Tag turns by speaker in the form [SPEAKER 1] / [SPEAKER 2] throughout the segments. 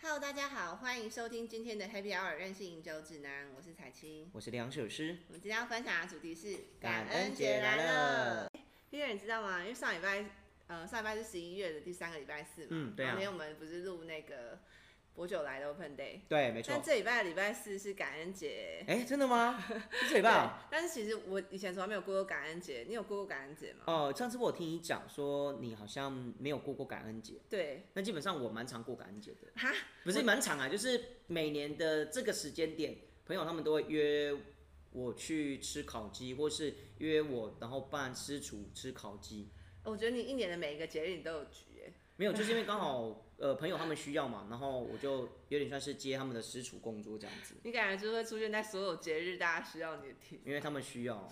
[SPEAKER 1] Hello，大家好，欢迎收听今天的 Happy Hour 任性饮酒指南，我是彩青。
[SPEAKER 2] 我是梁首诗，
[SPEAKER 1] 我们今天要分享的主题是
[SPEAKER 2] 感恩节来了。
[SPEAKER 1] Peter，你知道吗？因为上礼拜，呃，上礼拜是十一月的第三个礼拜四嘛，
[SPEAKER 2] 嗯对啊
[SPEAKER 1] 那天我们不是录那个博酒来的 Open Day，
[SPEAKER 2] 对，没错
[SPEAKER 1] 但。这礼拜的礼拜四是感恩节。
[SPEAKER 2] 哎，真的吗？ 是这礼
[SPEAKER 1] 对
[SPEAKER 2] 拜啊？
[SPEAKER 1] 但是其实我以前从来没有过过感恩节，你有过过感恩节吗？
[SPEAKER 2] 哦，上次我有听你讲说你好像没有过过感恩节，
[SPEAKER 1] 对，
[SPEAKER 2] 那基本上我蛮常过感恩节的，
[SPEAKER 1] 哈，
[SPEAKER 2] 不是蛮常啊，就是每年的这个时间点，朋友他们都会约我去吃烤鸡，或是约我然后办私厨吃烤鸡。
[SPEAKER 1] 哦我觉得你一年的每一个节日你都有举耶，
[SPEAKER 2] 没有，就是因为刚好呃朋友他们需要嘛，然后我就有点算是接他们的私厨工作这样子，
[SPEAKER 1] 你感觉就是会出现在所有节日大家需要你的地
[SPEAKER 2] 因为他们需要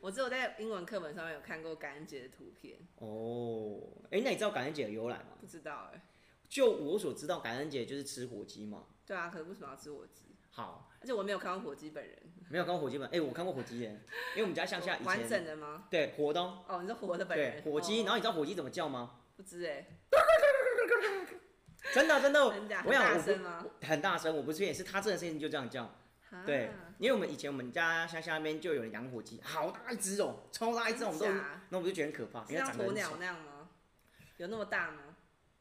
[SPEAKER 1] 我只有在英文课本上面有看过感恩节的图片，
[SPEAKER 2] 哦。哎，那你知道感恩节的由来吗？
[SPEAKER 1] 不知道哎、
[SPEAKER 2] 就我所知道，感恩节就是吃火鸡嘛。
[SPEAKER 1] 对啊，可是为什么要吃火鸡？
[SPEAKER 2] 好，
[SPEAKER 1] 而且我没有看过火鸡本人，
[SPEAKER 2] 没有看过火鸡吗？哎、我看过火鸡耶，因为我们家乡下以前
[SPEAKER 1] 完整的吗？
[SPEAKER 2] 对活的哦，
[SPEAKER 1] 哦，你是活的本
[SPEAKER 2] 对
[SPEAKER 1] 人，
[SPEAKER 2] 火鸡。
[SPEAKER 1] 哦
[SPEAKER 2] 然后你知道火鸡怎么叫吗？
[SPEAKER 1] 不知哎、
[SPEAKER 2] 真的真的，
[SPEAKER 1] 真假
[SPEAKER 2] 哦我想
[SPEAKER 1] 很
[SPEAKER 2] 我
[SPEAKER 1] 大声吗
[SPEAKER 2] 不很大声，我不是也是他这件事情就这样叫。
[SPEAKER 1] 啊
[SPEAKER 2] 对，因为我们以前我们家乡下面就有人养火鸡，好大一只哦，超大一只，我们都，啊
[SPEAKER 1] 真假
[SPEAKER 2] 那我们就觉得很可怕，
[SPEAKER 1] 是
[SPEAKER 2] 因为它
[SPEAKER 1] 像
[SPEAKER 2] 长
[SPEAKER 1] 鸵
[SPEAKER 2] 得很
[SPEAKER 1] 鸟
[SPEAKER 2] 小，
[SPEAKER 1] 那样吗？有那么大吗？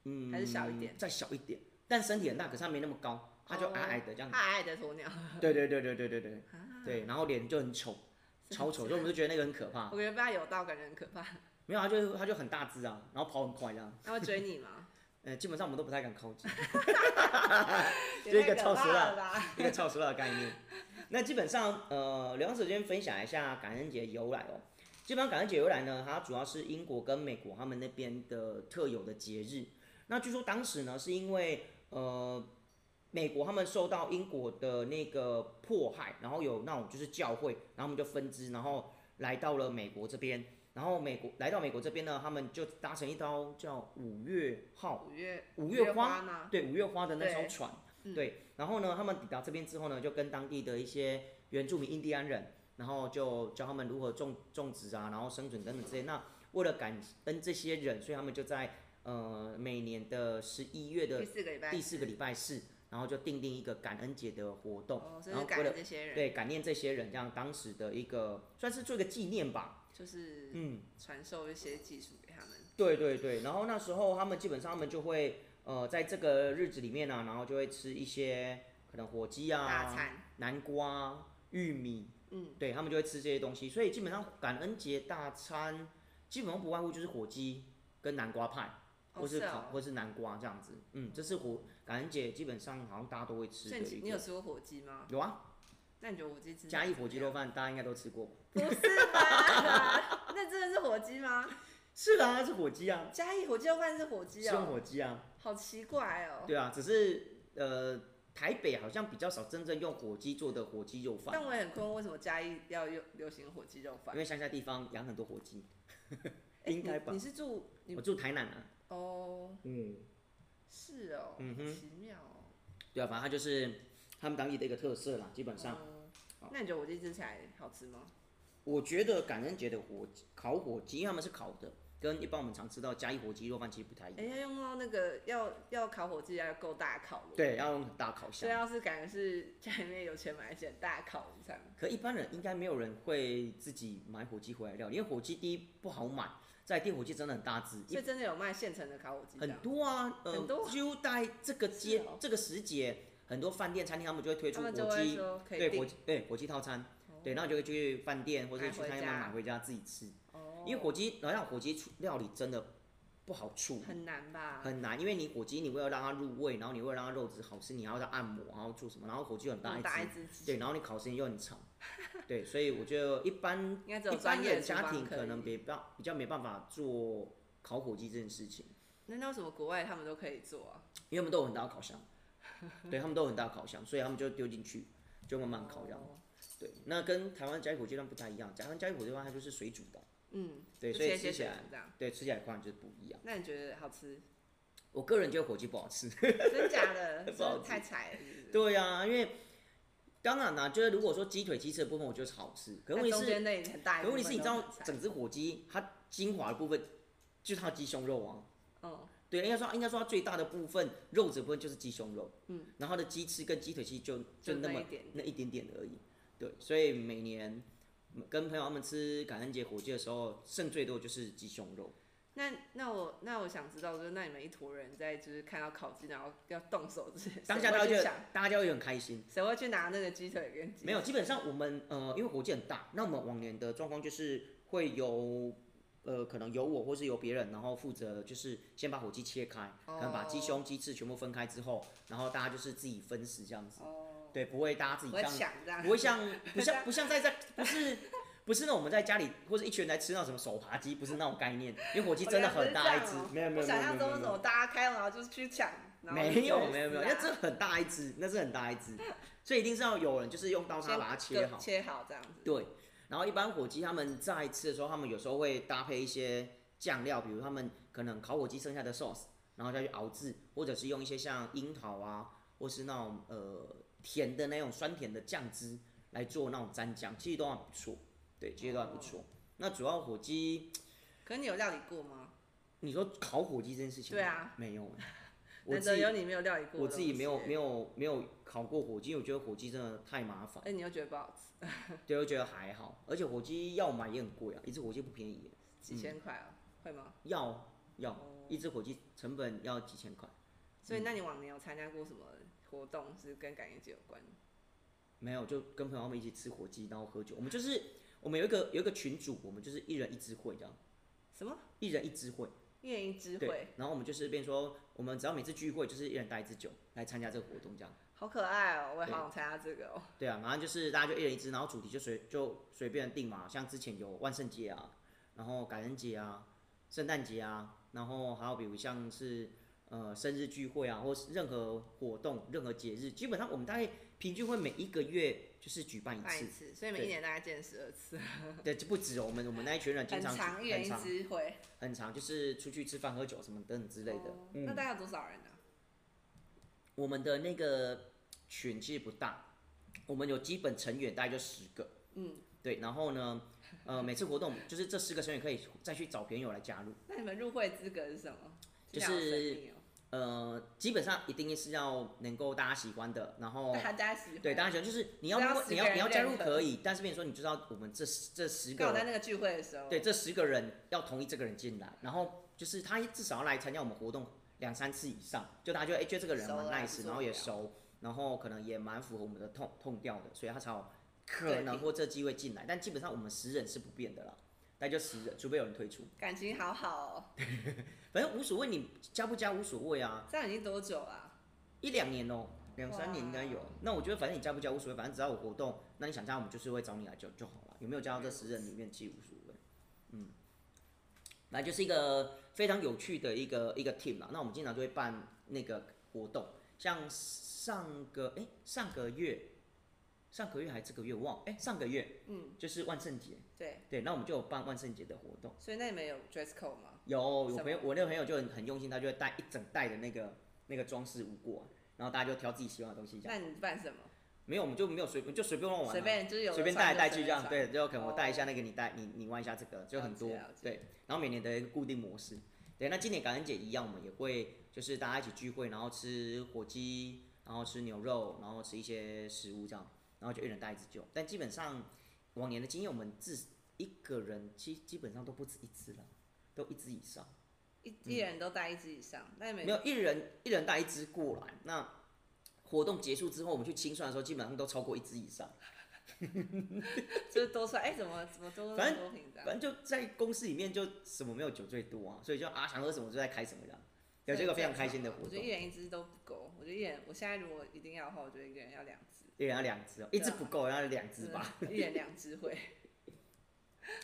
[SPEAKER 2] 嗯
[SPEAKER 1] 还是小一点哦
[SPEAKER 2] 再小一点，但身体很大，可是它没那么高，它就矮矮的这样。
[SPEAKER 1] 它矮矮的鸵鸟。
[SPEAKER 2] 对对对对对对对
[SPEAKER 1] 嗯
[SPEAKER 2] 对，然后脸就很丑，超丑，所以我们就觉得那个很可怕。
[SPEAKER 1] 我觉得被它有到感觉很可怕，
[SPEAKER 2] 没有，他就他就很大只啊，然后跑很快这样。
[SPEAKER 1] 它会追你 吗？
[SPEAKER 2] 呃，基本上我们都不太敢靠近，
[SPEAKER 1] 也
[SPEAKER 2] 就一
[SPEAKER 1] 太
[SPEAKER 2] 个
[SPEAKER 1] 可
[SPEAKER 2] 超
[SPEAKER 1] 怕
[SPEAKER 2] 时了
[SPEAKER 1] 了吧？
[SPEAKER 2] 一个超时了的概念。那基本上，呃，刘老师今天分享一下感恩节的由来哦。基本上感恩节由来呢，它主要是英国跟美国他们那边的特有的节日。那据说当时呢，是因为呃，美国他们受到英国的那个迫害，然后有那种就是教会，然后他们就分支，然后来到了美国这边。然后美国来到美国这边呢，他们就搭乘一艘叫五月号
[SPEAKER 1] 五月
[SPEAKER 2] 五月
[SPEAKER 1] 花
[SPEAKER 2] 花
[SPEAKER 1] 呢？
[SPEAKER 2] 对，五月花的那艘
[SPEAKER 1] 对
[SPEAKER 2] 船，
[SPEAKER 1] 嗯
[SPEAKER 2] 对然后呢，他们抵达这边之后呢，就跟当地的一些原住民印第安人，然后就教他们如何种种植啊，然后生存等等之类。那为了感恩这些人，所以他们就在呃每年的十一月
[SPEAKER 1] 第
[SPEAKER 2] 的
[SPEAKER 1] 四个礼拜
[SPEAKER 2] 第四个礼拜四，然后就定定一个感恩节的活动，
[SPEAKER 1] 哦，所以是
[SPEAKER 2] 然后
[SPEAKER 1] 感
[SPEAKER 2] 为了
[SPEAKER 1] 恩这些人，
[SPEAKER 2] 对感念这些人，这样当时的一个算是做一个纪念吧，
[SPEAKER 1] 就是
[SPEAKER 2] 嗯。
[SPEAKER 1] 传授一些技术给他们。
[SPEAKER 2] 对对对，然后那时候他们基本上他们就会呃，在这个日子里面呢、然后就会吃一些可能火鸡
[SPEAKER 1] 大
[SPEAKER 2] 啊、
[SPEAKER 1] 餐，
[SPEAKER 2] 南瓜、玉米，
[SPEAKER 1] 嗯，
[SPEAKER 2] 对他们就会吃这些东西，所以基本上感恩节大餐基本上不外乎就是火鸡跟南瓜派，
[SPEAKER 1] 哦
[SPEAKER 2] 或是
[SPEAKER 1] 哦
[SPEAKER 2] 烤、或是南瓜这样子，嗯，这是火感恩节基本上好像大家都会吃
[SPEAKER 1] 所
[SPEAKER 2] 的
[SPEAKER 1] 以你
[SPEAKER 2] 一
[SPEAKER 1] 你有
[SPEAKER 2] 个。
[SPEAKER 1] 吃过火鸡吗？
[SPEAKER 2] 有啊，
[SPEAKER 1] 那你觉得火鸡吃
[SPEAKER 2] 嘉义火鸡肉饭大家应该都吃过吧。
[SPEAKER 1] 不是吧？ 那真的是火鸡吗？
[SPEAKER 2] 是啊，是火鸡啊，
[SPEAKER 1] 嘉义火鸡肉饭是火鸡
[SPEAKER 2] 是用
[SPEAKER 1] 哦，
[SPEAKER 2] 火鸡啊。
[SPEAKER 1] 好奇怪哦。
[SPEAKER 2] 对啊，只是呃，台北好像比较少真正用火鸡做的火鸡肉饭
[SPEAKER 1] 但，我也很困惑，为什么嘉义要流流行火鸡肉饭
[SPEAKER 2] 因？为乡下地方养很多火鸡。
[SPEAKER 1] 诶
[SPEAKER 2] 应该
[SPEAKER 1] 你
[SPEAKER 2] 吧
[SPEAKER 1] 你是住你
[SPEAKER 2] 我住台南啊，
[SPEAKER 1] 哦，
[SPEAKER 2] 嗯，
[SPEAKER 1] 是哦，
[SPEAKER 2] 嗯哼
[SPEAKER 1] 奇妙哦。
[SPEAKER 2] 对啊，反正它就是他们当地的一个特色啦。基本上，
[SPEAKER 1] 嗯那你觉得火鸡吃起来好吃吗？
[SPEAKER 2] 我觉得感恩节的火鸡烤火鸡，因为他们是烤的，跟一般我们常吃到嘉义火鸡肉饭其实不太一
[SPEAKER 1] 哎，
[SPEAKER 2] 样。
[SPEAKER 1] 要用到那个要要烤火鸡要够大烤炉，，
[SPEAKER 2] 对，要用很大烤
[SPEAKER 1] 所以
[SPEAKER 2] 箱。
[SPEAKER 1] 要是感觉是家里面有钱买一件大烤炉才
[SPEAKER 2] 可一般人应该没有人会自己买火鸡回来料理，因为火鸡第一不好买，再来第一火鸡真的很大只，一
[SPEAKER 1] 所以真的有卖现成的烤火鸡这样，
[SPEAKER 2] 很多啊，呃，
[SPEAKER 1] 很多
[SPEAKER 2] 几乎在这个
[SPEAKER 1] 是
[SPEAKER 2] 节、
[SPEAKER 1] 哦
[SPEAKER 2] 这个时节，很多饭店、餐厅他们就会推出
[SPEAKER 1] 他
[SPEAKER 2] 火
[SPEAKER 1] 们就会
[SPEAKER 2] 鸡，
[SPEAKER 1] 说可以
[SPEAKER 2] 对火
[SPEAKER 1] 订
[SPEAKER 2] 鸡对火鸡套餐，
[SPEAKER 1] 哦
[SPEAKER 2] 对，然后就会去饭店或者
[SPEAKER 1] 买
[SPEAKER 2] 去
[SPEAKER 1] 回
[SPEAKER 2] 餐厅
[SPEAKER 1] 家
[SPEAKER 2] 买回家自己吃，
[SPEAKER 1] 哦，
[SPEAKER 2] 因为火鸡，然后火鸡处料理真的不好处理。
[SPEAKER 1] 很难吧？
[SPEAKER 2] 很难，因为你火鸡，你为了让它入味，然后你为了让它肉质好吃，你还要再按摩，然后做什么，然后火鸡又很大
[SPEAKER 1] 那么
[SPEAKER 2] 一只，
[SPEAKER 1] 大一只鸡，
[SPEAKER 2] 对，然后你烤时间又很长，对，所以我觉得一 般
[SPEAKER 1] 应该只有
[SPEAKER 2] 一般
[SPEAKER 1] 专业
[SPEAKER 2] 的
[SPEAKER 1] 的厨
[SPEAKER 2] 家
[SPEAKER 1] 房
[SPEAKER 2] 庭
[SPEAKER 1] 可
[SPEAKER 2] 可能
[SPEAKER 1] 以
[SPEAKER 2] 比较比较没办法做烤火鸡这件事情。
[SPEAKER 1] 那那为什么国外他们都可以做啊？
[SPEAKER 2] 因为他们都有很大的烤箱，对他们都有很大的烤箱，所以他们就丢进去，就慢慢烤这样。
[SPEAKER 1] 哦
[SPEAKER 2] 对，那跟台湾家里火鸡蛋不太一样，台湾家里火鸡蛋它就是水煮的，
[SPEAKER 1] 嗯，
[SPEAKER 2] 对，
[SPEAKER 1] 就
[SPEAKER 2] 所以
[SPEAKER 1] 切一些
[SPEAKER 2] 吃起
[SPEAKER 1] 水
[SPEAKER 2] 来
[SPEAKER 1] 煮这样。
[SPEAKER 2] 对吃起来当然就是不一样。
[SPEAKER 1] 那你觉得好 吃？
[SPEAKER 2] 我个人觉得火鸡不好吃。
[SPEAKER 1] 真假的？
[SPEAKER 2] 不好
[SPEAKER 1] 真
[SPEAKER 2] 吃
[SPEAKER 1] 太柴了是不是，
[SPEAKER 2] 对呀、因为当然啦、就是如果说鸡腿、鸡翅的部分，我觉得是好吃，可
[SPEAKER 1] 那
[SPEAKER 2] 问题
[SPEAKER 1] 中
[SPEAKER 2] 是，
[SPEAKER 1] 间那里很大
[SPEAKER 2] 可
[SPEAKER 1] 一部
[SPEAKER 2] 问
[SPEAKER 1] 分
[SPEAKER 2] 题
[SPEAKER 1] 都
[SPEAKER 2] 是
[SPEAKER 1] 很柴，
[SPEAKER 2] 你知道整只火鸡它精华的部分就是它的鸡胸肉啊，
[SPEAKER 1] 嗯，
[SPEAKER 2] 对，应该说应该说它最大的部分肉质部分就是鸡胸肉，嗯，然后它的鸡翅跟鸡腿其实就就那
[SPEAKER 1] 那
[SPEAKER 2] 么
[SPEAKER 1] 一点，
[SPEAKER 2] 那一点点而已。对，所以每年跟朋友他们吃感恩节火鸡的时候，剩最多就是鸡胸肉。
[SPEAKER 1] 那那我那我想知道，就是那你们一坨人在就是看到烤鸡，然后要动手之前，
[SPEAKER 2] 当
[SPEAKER 1] 谁
[SPEAKER 2] 下大
[SPEAKER 1] 会
[SPEAKER 2] 家
[SPEAKER 1] 去
[SPEAKER 2] 就
[SPEAKER 1] 抢，
[SPEAKER 2] 大家会很开心。
[SPEAKER 1] 谁会去拿那个鸡腿跟鸡？
[SPEAKER 2] 没有，基本上我们呃，因为火鸡很大，那我们往年的状况就是会由呃，可能由我或是由别人，然后负责就是先把火鸡切开，可能把鸡
[SPEAKER 1] 哦
[SPEAKER 2] 胸、鸡翅全部分开之后，然后大家就是自己分食这样子。
[SPEAKER 1] 哦，
[SPEAKER 2] 对，不会大家自己
[SPEAKER 1] 不
[SPEAKER 2] 这
[SPEAKER 1] 会
[SPEAKER 2] 样
[SPEAKER 1] 抢这样，
[SPEAKER 2] 不会像不像不像在在不是不是那种我们在家里或者一群人来吃那种什么手扒鸡，不是那种概念，因为火鸡真的很大一只
[SPEAKER 1] 我原来不是这样哦，我想象
[SPEAKER 2] 没有没有没有没有
[SPEAKER 1] 中
[SPEAKER 2] 没
[SPEAKER 1] 怎么
[SPEAKER 2] 有
[SPEAKER 1] 大家开完然后就是去抢，然后就
[SPEAKER 2] 没有
[SPEAKER 1] 去
[SPEAKER 2] 没有没有，
[SPEAKER 1] 撕
[SPEAKER 2] 那
[SPEAKER 1] 啊
[SPEAKER 2] 真的很大一只，那是很大一只，所以一定是要有人就是用刀叉
[SPEAKER 1] 先
[SPEAKER 2] 把它切
[SPEAKER 1] 割
[SPEAKER 2] 好，
[SPEAKER 1] 切好这样子。
[SPEAKER 2] 对。然后一般火鸡他们在吃的时候，他们有时候会搭配一些酱料，比如他们可能烤火鸡剩下的 sauce，然后再去熬制，或者是用一些像樱桃啊，或是那种呃甜的那种酸甜的酱汁来做那种蘸酱，其实都还不错。对，其实都还不
[SPEAKER 1] 哦
[SPEAKER 2] 错。那主要火鸡，
[SPEAKER 1] 可是你有料理过吗？
[SPEAKER 2] 你说烤火鸡这件事情，
[SPEAKER 1] 对啊，
[SPEAKER 2] 没有，我
[SPEAKER 1] 难
[SPEAKER 2] 自
[SPEAKER 1] 得
[SPEAKER 2] 己
[SPEAKER 1] 有你没有料理过的东西，
[SPEAKER 2] 我自己没有没
[SPEAKER 1] 有，
[SPEAKER 2] 有没有烤过火鸡，因为我觉得火鸡真的太麻烦
[SPEAKER 1] 哎、，你又觉得不好吃，
[SPEAKER 2] 对，我觉得还好，而且火鸡要买也很贵啊，一只火鸡不便宜耶，
[SPEAKER 1] 几千块哦、会吗？
[SPEAKER 2] 要要
[SPEAKER 1] 哦
[SPEAKER 2] 一只火鸡成本要几千块，
[SPEAKER 1] 所以，那你往年有参加过什么活动是跟感应节有关的？
[SPEAKER 2] 没有就跟朋友他们一起吃火鸡，然后喝酒，我们就是我们有一个有一个群主，我们就是一人一支会这样，
[SPEAKER 1] 什么
[SPEAKER 2] 一人一支会，
[SPEAKER 1] 夜营之
[SPEAKER 2] 对
[SPEAKER 1] 会？，
[SPEAKER 2] 然后我们就是变成说，我们只要每次聚会就是一人带一支酒来参加这个活动这样。
[SPEAKER 1] 好可爱哦、我也
[SPEAKER 2] 对
[SPEAKER 1] 好想参加这个哦、
[SPEAKER 2] 对啊，马上就是大家就一人一支，然后主题就随就随便定嘛，像之前有万圣节啊，然后感恩节啊，圣诞节啊，然后还有比如像是呃生日聚会啊，或是任何活动、任何节日，基本上我们大概平均会每一个月就是举办一
[SPEAKER 1] 办一
[SPEAKER 2] 次，
[SPEAKER 1] 次，所以每一
[SPEAKER 2] 对
[SPEAKER 1] 年大概见十二次，
[SPEAKER 2] 对，就不止哦，我们我们那一群人经
[SPEAKER 1] 很
[SPEAKER 2] 常
[SPEAKER 1] 长
[SPEAKER 2] 很
[SPEAKER 1] 一人一
[SPEAKER 2] 长
[SPEAKER 1] 之会
[SPEAKER 2] 很长，就是出去吃饭、喝酒什么等等之类的。
[SPEAKER 1] 哦那
[SPEAKER 2] 嗯，
[SPEAKER 1] 大概有多少人呢、
[SPEAKER 2] 我们的那个群其实不大，我们有基本成员大概就十个。
[SPEAKER 1] 嗯，
[SPEAKER 2] 对，然后呢，呃，每次活动就是这十个成员可以再去找朋友来加入。
[SPEAKER 1] 那你们入会资格是什么？
[SPEAKER 2] 就是
[SPEAKER 1] 这样有神秘哦
[SPEAKER 2] 呃，基本上一定是要能够大家喜欢的，然后
[SPEAKER 1] 大家喜欢。
[SPEAKER 2] 哦对大家喜欢，就是你要
[SPEAKER 1] 只要
[SPEAKER 2] 如果
[SPEAKER 1] 十
[SPEAKER 2] 你
[SPEAKER 1] 个
[SPEAKER 2] 要
[SPEAKER 1] 人
[SPEAKER 2] 你要加入
[SPEAKER 1] 认可
[SPEAKER 2] 可以，但是变成说你就知道我们这十这十
[SPEAKER 1] 刚
[SPEAKER 2] 个
[SPEAKER 1] 好在那
[SPEAKER 2] 人，
[SPEAKER 1] 个聚会的时候，
[SPEAKER 2] 对，这十个人要同意这个人进来，然后就是他至少要来参加我们活动两三次以上，就大家觉得哎，觉得这个人
[SPEAKER 1] 熟
[SPEAKER 2] 蛮
[SPEAKER 1] 了还不
[SPEAKER 2] nice，
[SPEAKER 1] 错
[SPEAKER 2] 然后也
[SPEAKER 1] 聊
[SPEAKER 2] 熟，然后可能也蛮符合我们的痛痛调的，所以他才有
[SPEAKER 1] 对
[SPEAKER 2] 可能或这机会进来，但基本上我们十人是不变的啦，那就十人，除非有人退出。
[SPEAKER 1] 感情好好、哦。
[SPEAKER 2] 反正无所谓，你加不加无所谓啊，
[SPEAKER 1] 这样已经多久啊啦、
[SPEAKER 2] 一两年哦、两三年应该有
[SPEAKER 1] 哇。
[SPEAKER 2] 那我觉得反正你加不加无所谓，反正只要有活动，那你想加我们就是会找你来就就好了。有没有加到这十人里面其实无所谓，嗯，来就是一个非常有趣的一个一个 team 啦。那我们经常就会办那个活动，像上个哎、上个月。上个月还是这个月我忘了，哎、上个月
[SPEAKER 1] 嗯，
[SPEAKER 2] 就是万圣节，
[SPEAKER 1] 对。
[SPEAKER 2] 对，那我们就有办万圣节的活动。
[SPEAKER 1] 所以那你们有 dress code 吗？
[SPEAKER 2] 有有
[SPEAKER 1] 什
[SPEAKER 2] 朋友
[SPEAKER 1] 么，
[SPEAKER 2] 我那个朋友就很很用心，他就会带一整袋的那个那个装饰物过来，然后大家就挑自己喜欢的东西这样。
[SPEAKER 1] 那你办什么？
[SPEAKER 2] 没有，我们就没有随就随便乱玩、啊，
[SPEAKER 1] 随便就是有的
[SPEAKER 2] 随便带
[SPEAKER 1] 穿
[SPEAKER 2] 来带
[SPEAKER 1] 就随
[SPEAKER 2] 去这
[SPEAKER 1] 便
[SPEAKER 2] 样，
[SPEAKER 1] 穿
[SPEAKER 2] 对，就可能我带一下
[SPEAKER 1] 哦
[SPEAKER 2] 那个，你带你你玩一下这个，就
[SPEAKER 1] 了
[SPEAKER 2] 很
[SPEAKER 1] 解
[SPEAKER 2] 多
[SPEAKER 1] 了解
[SPEAKER 2] 对。然后每年的一个固定模式，对。那今年感恩节一样，我们也会就是大家一起聚会，然后吃火鸡，然后吃牛肉，然后吃一些食物这样，然后就一人带一支酒。但基本上往年的经验，我们自一个人基基本上都不止一支了，都一支以上。
[SPEAKER 1] 一一人都带一支以上，那你们
[SPEAKER 2] 嗯没有一人一人带一只过来。那活动结束之后，我们去清算的时候，基本上都超过一只以上。
[SPEAKER 1] 就是多出来，哎、怎么怎么多
[SPEAKER 2] 反
[SPEAKER 1] 那
[SPEAKER 2] 正
[SPEAKER 1] 么多瓶这样？
[SPEAKER 2] 反正就在公司里面，就什么没有酒最多啊，所以就啊想喝什么就在开什么这样，有
[SPEAKER 1] 对
[SPEAKER 2] 这个非常开心的
[SPEAKER 1] 我
[SPEAKER 2] 活
[SPEAKER 1] 觉得
[SPEAKER 2] 动。
[SPEAKER 1] 一人一支都不够，我觉得一人，我现在如果一定要的话，我觉得一个人要两支，
[SPEAKER 2] 一人要两只哦，一
[SPEAKER 1] 对啊啊
[SPEAKER 2] 只不够，要两只
[SPEAKER 1] 真
[SPEAKER 2] 吧。
[SPEAKER 1] 的， 一人两支会，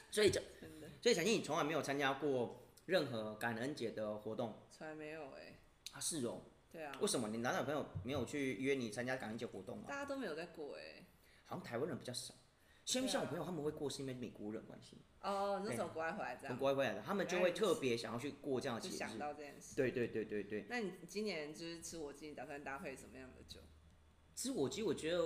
[SPEAKER 2] 所以就
[SPEAKER 1] 真的
[SPEAKER 2] 所以小新，你从来没有参加过任何感恩节的活动
[SPEAKER 1] 从来没有哎、
[SPEAKER 2] 啊？是哦，
[SPEAKER 1] 对啊，
[SPEAKER 2] 为什么你男男朋友没有去约你参加感恩节活动啊？
[SPEAKER 1] 大家都没有在过哎、
[SPEAKER 2] 好像台湾人比较少，像
[SPEAKER 1] 对啊
[SPEAKER 2] 像我朋友他们会过是因为美国人关系，
[SPEAKER 1] 哦，那
[SPEAKER 2] 对
[SPEAKER 1] 时候国外回来这
[SPEAKER 2] 从
[SPEAKER 1] 样，
[SPEAKER 2] 国外回来的，他们就会
[SPEAKER 1] 原来如此
[SPEAKER 2] 特别想要去过这样的
[SPEAKER 1] 就
[SPEAKER 2] 节
[SPEAKER 1] 想
[SPEAKER 2] 日。
[SPEAKER 1] 到这件事。
[SPEAKER 2] 对对对对对，
[SPEAKER 1] 那你今年就是吃火鸡，你打算搭配什么样的酒？
[SPEAKER 2] 其实我其实我觉得，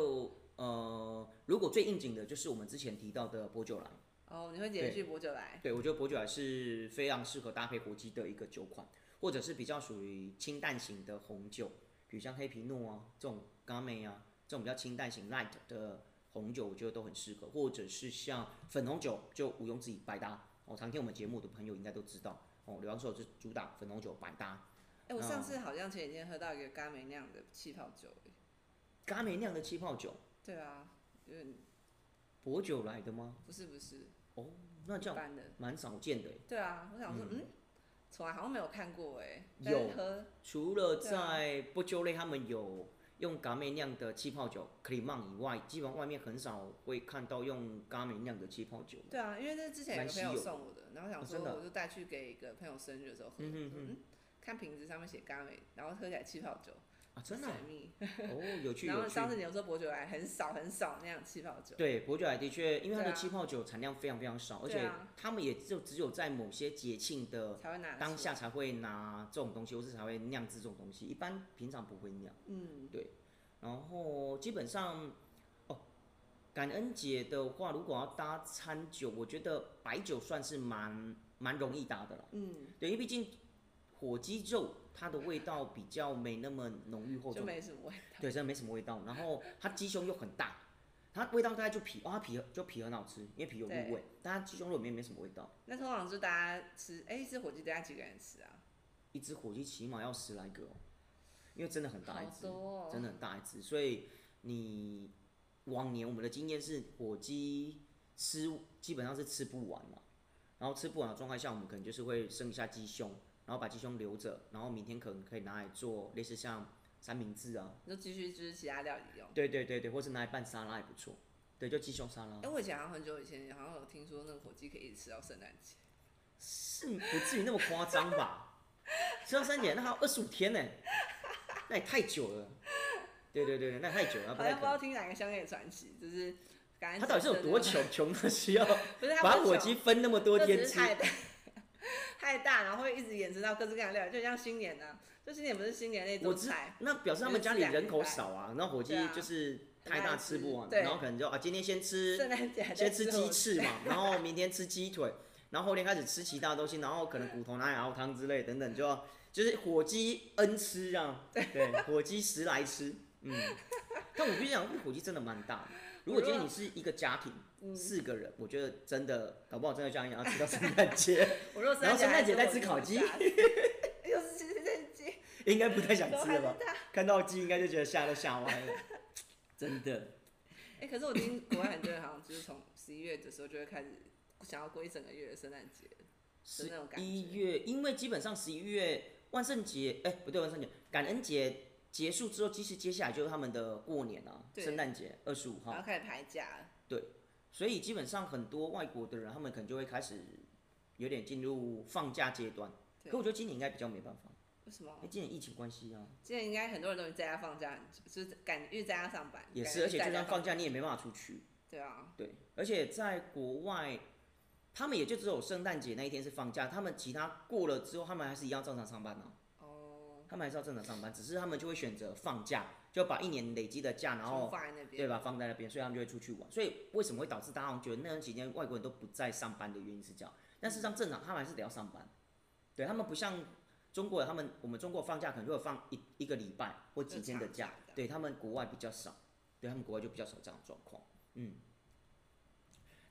[SPEAKER 2] 呃，如果最应景的就是我们之前提到的波酒兰，
[SPEAKER 1] 哦，你会连续薄酒来，
[SPEAKER 2] 对我觉得波酒兰是非常适合搭配火鸡的一个酒款。或者是比较属于清淡型的红酒，比如像黑皮诺啊这种 g a m e 啊这种比较清淡型 light 的红酒，我觉得都很适合，或者是像粉红酒，就毋庸置疑百搭。哦，常听我们节目的朋友应该都知道，哦，刘洋寿就主打粉红酒百搭。
[SPEAKER 1] 哎、我上
[SPEAKER 2] 嗯
[SPEAKER 1] 次好像前几天喝到一个嘎梅酿的气泡酒、哎
[SPEAKER 2] g a m e 酿的气泡酒，
[SPEAKER 1] 对啊，有点
[SPEAKER 2] 薄酒来的吗？
[SPEAKER 1] 不是不是
[SPEAKER 2] 哦，那
[SPEAKER 1] 一
[SPEAKER 2] 这样
[SPEAKER 1] 般的，
[SPEAKER 2] 蛮少见的耶。
[SPEAKER 1] 对啊，我想说，嗯，从、来好像没有看过哎、但
[SPEAKER 2] 有
[SPEAKER 1] 是喝
[SPEAKER 2] 除了
[SPEAKER 1] 对啊
[SPEAKER 2] 在不酒类他们有用嘎妹酿的气泡酒 c r e m a n 以外，基本上外面很少会看到用嘎妹酿的气泡酒。
[SPEAKER 1] 对啊，因为那之前有
[SPEAKER 2] 蛮
[SPEAKER 1] 个
[SPEAKER 2] 稀
[SPEAKER 1] 朋友
[SPEAKER 2] 有的
[SPEAKER 1] 送我的，然后
[SPEAKER 2] 哦
[SPEAKER 1] 想
[SPEAKER 2] 真
[SPEAKER 1] 说
[SPEAKER 2] 的啊
[SPEAKER 1] 我就带去给一个朋友生日的时候喝，
[SPEAKER 2] 嗯哼
[SPEAKER 1] 我说嗯，看瓶子上面写嘎梅，然后喝起来气泡酒，
[SPEAKER 2] 啊，真的啊、
[SPEAKER 1] 水蜜。
[SPEAKER 2] 哦，有 趣
[SPEAKER 1] 然后
[SPEAKER 2] 有趣
[SPEAKER 1] 上。次你有说伯爵来很少很少那样气泡酒，
[SPEAKER 2] 对，伯爵来的确，因为它
[SPEAKER 1] 对
[SPEAKER 2] 的
[SPEAKER 1] 啊
[SPEAKER 2] 气泡酒产量非常非常少，而
[SPEAKER 1] 对
[SPEAKER 2] 且
[SPEAKER 1] 啊
[SPEAKER 2] 他们也就只有在某些节庆的
[SPEAKER 1] 才会拿得
[SPEAKER 2] 当
[SPEAKER 1] 出
[SPEAKER 2] 下才会拿这种东西，或是才会酿制这种东西，一般平常不会酿。
[SPEAKER 1] 嗯，
[SPEAKER 2] 然后基本上，哦，感恩节的话，如果要搭餐酒，我觉得白酒算是蛮蛮容易搭的了。
[SPEAKER 1] 嗯，
[SPEAKER 2] 对，因为毕竟火鸡肉它的味道比较没那么浓郁厚
[SPEAKER 1] 就
[SPEAKER 2] 重，
[SPEAKER 1] 没什么味道。
[SPEAKER 2] 对，真的没什么味道。然后它鸡胸又很大，它味道大概就皮，哦，它皮就皮很好吃，因为皮有入
[SPEAKER 1] 对
[SPEAKER 2] 味，但它鸡胸肉里面没什么味道。
[SPEAKER 1] 那通常就大家吃，哎、一只火鸡大家几个人吃啊？
[SPEAKER 2] 一只火鸡起码要十来个哦，因为真的很大一
[SPEAKER 1] 好
[SPEAKER 2] 只。
[SPEAKER 1] 多、哦，
[SPEAKER 2] 真的很大一只，所以你往年我们的经验是火鸡吃基本上是吃不完嘛，然后吃不完的状态下，我们可能就是会剩下鸡胸，然后把鸡胸留着，然后明天可能可以拿来做类似像三明治啊，
[SPEAKER 1] 你就继续就是其他料理用。
[SPEAKER 2] 对对对对，或是拿来拌沙拉也不错，对，就鸡胸沙拉
[SPEAKER 1] 哎、，我以前好像很久以前好像有听说那个火鸡可以一直吃到圣诞节，
[SPEAKER 2] 是不至于那么夸张吧？吃到三点，那还有 二十五天呢、那也太久了，对对对对，那也太久啊了，
[SPEAKER 1] 好
[SPEAKER 2] 不太
[SPEAKER 1] 像不
[SPEAKER 2] 可
[SPEAKER 1] 知道
[SPEAKER 2] 能。
[SPEAKER 1] 听哪个香港的传奇，就是感恩
[SPEAKER 2] 他到底是有多
[SPEAKER 1] 节
[SPEAKER 2] 穷，穷的需要
[SPEAKER 1] 的 那个？不是他不
[SPEAKER 2] 把
[SPEAKER 1] 是
[SPEAKER 2] 火
[SPEAKER 1] 穷
[SPEAKER 2] 鸡分那么多
[SPEAKER 1] 就
[SPEAKER 2] 天
[SPEAKER 1] 只是
[SPEAKER 2] 吃，
[SPEAKER 1] 太大太大，然后会一直延伸到各式各样的料理，就像新年呢、啊，就新年不是新年那
[SPEAKER 2] 我
[SPEAKER 1] 种
[SPEAKER 2] 知
[SPEAKER 1] 菜，
[SPEAKER 2] 那表示他们家里人口少啊，那火鸡
[SPEAKER 1] 对啊
[SPEAKER 2] 就是太
[SPEAKER 1] 很
[SPEAKER 2] 大
[SPEAKER 1] 难
[SPEAKER 2] 吃不完，
[SPEAKER 1] 吃对
[SPEAKER 2] 然后可能就啊，今天先吃
[SPEAKER 1] 圣诞节还在
[SPEAKER 2] 先吃鸡
[SPEAKER 1] 火
[SPEAKER 2] 翅嘛，然后明天吃鸡腿，然后后天开始吃其他东西，然后可能骨头拿来熬汤之类等等，
[SPEAKER 1] 嗯
[SPEAKER 2] 就要就是火鸡 N 吃啊，对，火鸡十来吃，嗯。但我必须讲，因为火鸡真的蛮大的。如果今天你是一个家庭，
[SPEAKER 1] 嗯，
[SPEAKER 2] 四个人，我觉得真的，搞不好真的像你要吃到圣诞节，
[SPEAKER 1] 我若圣
[SPEAKER 2] 然后圣诞节
[SPEAKER 1] 还
[SPEAKER 2] 在吃烤鸡
[SPEAKER 1] 我就会吓死又是圣诞节，
[SPEAKER 2] 应该不 太想
[SPEAKER 1] 怎么
[SPEAKER 2] 吃
[SPEAKER 1] 还
[SPEAKER 2] 了
[SPEAKER 1] 是
[SPEAKER 2] 吧？
[SPEAKER 1] 它？
[SPEAKER 2] 看到鸡应该就觉得吓都吓歪了， 真的。
[SPEAKER 1] 哎、可是我听国外很多人好像就是从十一月的时候就会开始想要过一整个月的圣诞节，
[SPEAKER 2] 十
[SPEAKER 1] 那种感
[SPEAKER 2] 一
[SPEAKER 1] 觉
[SPEAKER 2] 月，因为基本上十一月万圣节，哎、不对，万圣节，感恩节结束之后，其实接下来就是他们的过年啊，
[SPEAKER 1] 对
[SPEAKER 2] 圣诞节二十五
[SPEAKER 1] 然后
[SPEAKER 2] 号，
[SPEAKER 1] 开始排假了，
[SPEAKER 2] 所以基本上很多外国的人，他们可能就会开始有点进入放假阶段。
[SPEAKER 1] 对哦
[SPEAKER 2] 可我觉得今年应该比较没办法，
[SPEAKER 1] 为什么
[SPEAKER 2] 因为？今年疫情关系啊，
[SPEAKER 1] 现在应该很多人都已经在家放假，就是赶因为在家上班，
[SPEAKER 2] 也
[SPEAKER 1] 感
[SPEAKER 2] 是，
[SPEAKER 1] 觉
[SPEAKER 2] 而且
[SPEAKER 1] 在
[SPEAKER 2] 就
[SPEAKER 1] 家
[SPEAKER 2] 算放假你也没办法出去，
[SPEAKER 1] 对啊，
[SPEAKER 2] 对，而且在国外，他们也就只有圣诞节那一天是放假，他们其他过了之后，他们还是一样正常上班啊。
[SPEAKER 1] 哦，
[SPEAKER 2] 他们还是要正常上班，只是他们就会选择放假，就把一年累积的假，然
[SPEAKER 1] 就
[SPEAKER 2] 后
[SPEAKER 1] 放在那边，
[SPEAKER 2] 对吧放在那边，所以他们就会出去玩。所以为什么会导致大家好像觉得那段期间外国人都不在上班的原因是这样？但事实上正常，他们还是得要上班。对他们不像中国人，他们我们中国放假可能就有放一一个礼拜或几天的假
[SPEAKER 1] 就长假，
[SPEAKER 2] 对他们国外比较少，对他们国外就比较少这样的状况。嗯，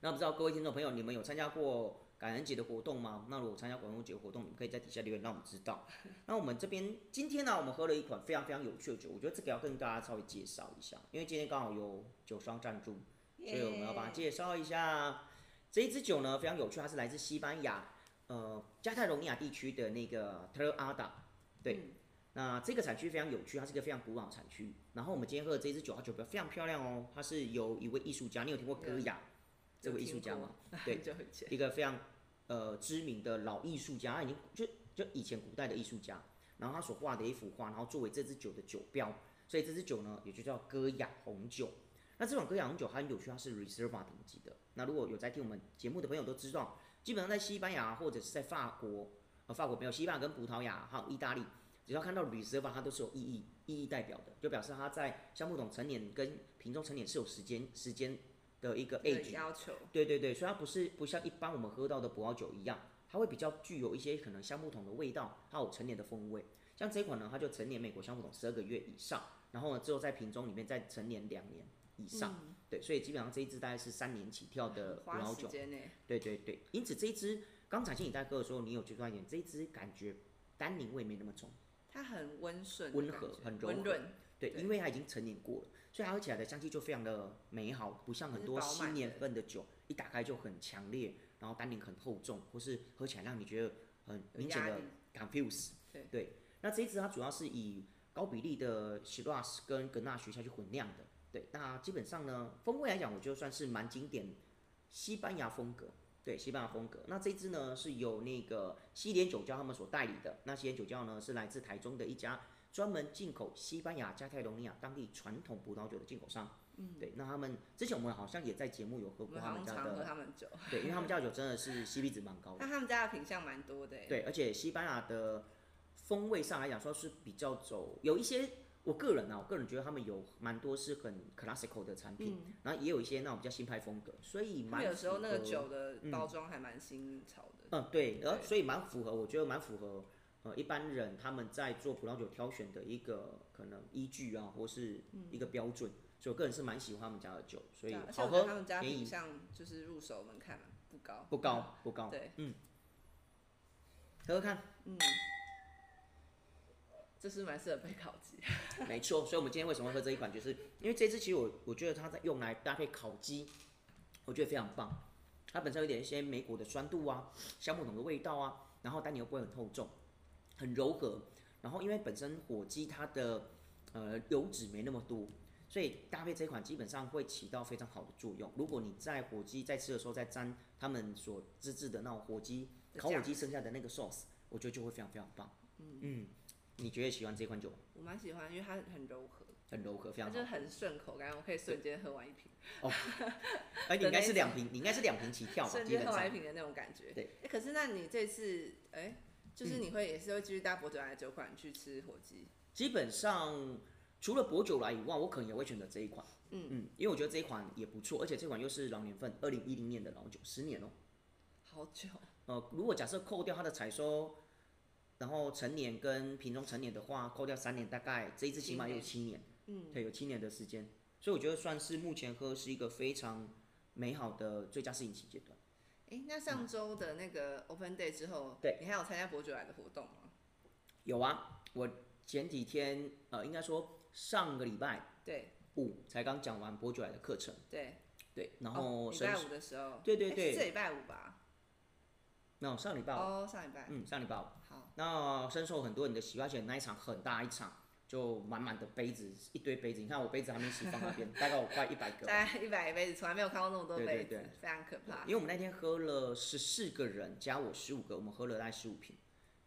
[SPEAKER 2] 那不知道各位听众朋友，你们有参加过感恩节的活动吗？那如果参加感恩节活动，你们可以在底下留言让我们知道。那我们这边今天呢、我们喝了一款非常非常有趣的酒，我觉得这个要跟大家稍微介绍一下，因为今天刚好有酒商赞助，所以我们要把它介绍一下。这一支酒呢非常有趣，它是来自西班牙，呃，加泰隆尼亚地区的那个特拉达。对
[SPEAKER 1] 嗯
[SPEAKER 2] 那这个产区非常有趣，它是一个非常古老的产区。然后我们今天喝的这支酒，它酒标非常漂亮哦，它是由一位艺术家，你有听过戈雅这位艺术家吗？对
[SPEAKER 1] 很久以前，
[SPEAKER 2] 一个非常呃知名的老艺术家，他已经就就以前古代的艺术家，然后他所画的一幅画，然后作为这支酒的酒标，所以这支酒呢也就叫戈雅红酒。那这款戈雅红酒它很有趣，它是 Reserva 等级的。那如果有在听我们节目的朋友都知道，基本上在西班牙或者是在法国，呃，法国没有，西班牙跟葡萄牙还有意大利，只要看到 Reserva 它都是有意义意义代表的，就表示它在橡木桶陈年跟瓶中陈年是有时间时间的一个
[SPEAKER 1] 有
[SPEAKER 2] age
[SPEAKER 1] 要求，
[SPEAKER 2] 对对对，所以它不是不像一般我们喝到的葡萄酒一样，它会比较具有一些可能橡木桶的味道，还有陈年的风味。像这一款呢，它就陈年美国橡木桶十二个月以上，然后呢之后在瓶中里面再陈年两年以上。
[SPEAKER 1] 嗯
[SPEAKER 2] 对，所以基本上这一支大概是三年起跳的葡
[SPEAKER 1] 花
[SPEAKER 2] 萄
[SPEAKER 1] 时
[SPEAKER 2] 酒。
[SPEAKER 1] 间呢、
[SPEAKER 2] 对对对，因此这一支刚才听你在喝的时候，你有觉得到一点，这一支感觉单宁味没那么重。
[SPEAKER 1] 它很温顺的
[SPEAKER 2] 温
[SPEAKER 1] 感觉，
[SPEAKER 2] 和很柔
[SPEAKER 1] 温
[SPEAKER 2] 和
[SPEAKER 1] 润，
[SPEAKER 2] 对，
[SPEAKER 1] 对
[SPEAKER 2] 因为它已经成年过了，所以它喝起来的香气就非常的美好，不像很多
[SPEAKER 1] 就是饱满
[SPEAKER 2] 新
[SPEAKER 1] 的
[SPEAKER 2] 年份的酒一打开就很强烈，然后单宁很厚重，或是喝起来让你觉得很
[SPEAKER 1] 有
[SPEAKER 2] 明显
[SPEAKER 1] 压
[SPEAKER 2] 的
[SPEAKER 1] 力
[SPEAKER 2] confuse。
[SPEAKER 1] 对
[SPEAKER 2] 那这一支它主要是以高比例的 Shiraz 跟格纳许下去混酿的。对，那基本上呢，风味来讲，我觉得算是蛮经典西班牙风格。对，西班牙风格。那这一支呢是由那个西点酒窖他们所代理的。那西点酒窖呢是来自台中的一家专门进口西班牙、加泰罗尼亚当地传统葡萄酒的进口商。嗯，对，那他们之前我们好像也在节目有喝
[SPEAKER 1] 我
[SPEAKER 2] 过
[SPEAKER 1] 们
[SPEAKER 2] 他
[SPEAKER 1] 好
[SPEAKER 2] 们
[SPEAKER 1] 像
[SPEAKER 2] 家
[SPEAKER 1] 常喝
[SPEAKER 2] 的，
[SPEAKER 1] 他们酒，
[SPEAKER 2] 对，因为他们家的酒真的是 CP 值蛮高的
[SPEAKER 1] 那。他们家的品相蛮多的、欸，
[SPEAKER 2] 对，而且西班牙的风味上来讲，说是比较走有一些，我个人啊，我个人觉得他们有蛮多是很 classical 的产品，
[SPEAKER 1] 嗯，
[SPEAKER 2] 然后也有一些那种比较新派风格，所以
[SPEAKER 1] 他们
[SPEAKER 2] 蛮
[SPEAKER 1] 有时候
[SPEAKER 2] 符
[SPEAKER 1] 那个
[SPEAKER 2] 合
[SPEAKER 1] 酒的
[SPEAKER 2] 嗯
[SPEAKER 1] 包装还蛮新潮的，
[SPEAKER 2] 嗯，对，呃，
[SPEAKER 1] 对
[SPEAKER 2] 所以蛮符合，我觉得蛮符合，呃，一般人他们在做葡萄酒挑选的一个可能依据啊，或是一个标准，所以我个人是蛮喜欢他们家的酒，
[SPEAKER 1] 嗯
[SPEAKER 2] 所
[SPEAKER 1] 对
[SPEAKER 2] 以
[SPEAKER 1] 啊而且
[SPEAKER 2] 好
[SPEAKER 1] 我觉得他
[SPEAKER 2] 喝
[SPEAKER 1] 们家
[SPEAKER 2] 便
[SPEAKER 1] 品
[SPEAKER 2] 宜，
[SPEAKER 1] 相就是入手门槛不高，
[SPEAKER 2] 不高不高，
[SPEAKER 1] 嗯
[SPEAKER 2] 嗯
[SPEAKER 1] 对，
[SPEAKER 2] 喝喝看，
[SPEAKER 1] 嗯，这是蛮适合配烤鸡，
[SPEAKER 2] 没错。所以我们今天为什么会喝这一款，就是因为这支其实我我觉得它在用来搭配烤鸡，我觉得非常棒。它本身有点一些梅果的酸度啊，橡木桶的味道啊，然后但你又不会很厚重，很柔和。然后因为本身火鸡它的呃油脂没那么多，所以搭配这款基本上会起到非常好的作用。如果你在火鸡在吃的时候再沾他们所自制的那种火鸡 烤火
[SPEAKER 1] 酱
[SPEAKER 2] 鸡剩下的那个 sauce，我觉得就会非常非常棒。嗯你觉得喜欢这款酒吗？
[SPEAKER 1] 我蛮喜欢，因为它很柔和，
[SPEAKER 2] 很柔和，非
[SPEAKER 1] 它
[SPEAKER 2] 常好
[SPEAKER 1] 就。很顺口感，我可以瞬间喝完一瓶，
[SPEAKER 2] 哎，你
[SPEAKER 1] 的
[SPEAKER 2] 应该
[SPEAKER 1] 那
[SPEAKER 2] 是
[SPEAKER 1] 一
[SPEAKER 2] 两瓶，你应该是两瓶起跳吧？
[SPEAKER 1] 瞬
[SPEAKER 2] 基
[SPEAKER 1] 间
[SPEAKER 2] 本
[SPEAKER 1] 喝完一
[SPEAKER 2] 上
[SPEAKER 1] 瓶的那种感觉。
[SPEAKER 2] 对
[SPEAKER 1] 哎、可是那你这次，哎、就是你会也是会继续搭博酒来的酒款去吃火鸡，
[SPEAKER 2] 基本上除了博酒来以外，我可能也会选择这一款。
[SPEAKER 1] 嗯
[SPEAKER 2] 嗯，因为我觉得这一款也不错，而且这款又是老年份，二零一零年的老酒，十年哦。
[SPEAKER 1] 好久，
[SPEAKER 2] 呃，如果假设扣掉它的采收，然后成年跟瓶中成年的话，扣掉三年，大概这一支起码有七年，
[SPEAKER 1] 嗯，
[SPEAKER 2] 对，有七年的时间，所以我觉得算是目前喝是一个非常美好的最佳适应期阶段。
[SPEAKER 1] 哎、那上周的那个 Open Day 之后，
[SPEAKER 2] 嗯对
[SPEAKER 1] 你还有参加博酒来的活动吗？
[SPEAKER 2] 有啊，我前几天呃，应该说上个礼拜
[SPEAKER 1] 对
[SPEAKER 2] 五才刚讲完博酒来的课程，
[SPEAKER 1] 对，
[SPEAKER 2] 对，然
[SPEAKER 1] 哦
[SPEAKER 2] 后
[SPEAKER 1] 礼、
[SPEAKER 2] 升
[SPEAKER 1] 拜
[SPEAKER 2] 学
[SPEAKER 1] 五的时候，
[SPEAKER 2] 对对
[SPEAKER 1] 诶
[SPEAKER 2] 对
[SPEAKER 1] 是这礼拜五吧？
[SPEAKER 2] 那、我上礼拜五，
[SPEAKER 1] 哦，上礼拜，
[SPEAKER 2] 嗯，上礼拜五，
[SPEAKER 1] 好，
[SPEAKER 2] 那深受很多人的喜欢，而且那一场很大一场，就满满的杯子，一堆杯子。你看我杯子还没洗放那 边，大概我快一百个
[SPEAKER 1] 大
[SPEAKER 2] 吧。
[SPEAKER 1] 概一百杯子，从来没有看过那么多
[SPEAKER 2] 对对
[SPEAKER 1] 杯子，
[SPEAKER 2] 对
[SPEAKER 1] 非常可怕
[SPEAKER 2] 因。为我们那天喝了十四个人，加我十五个，我们喝了大概十五瓶，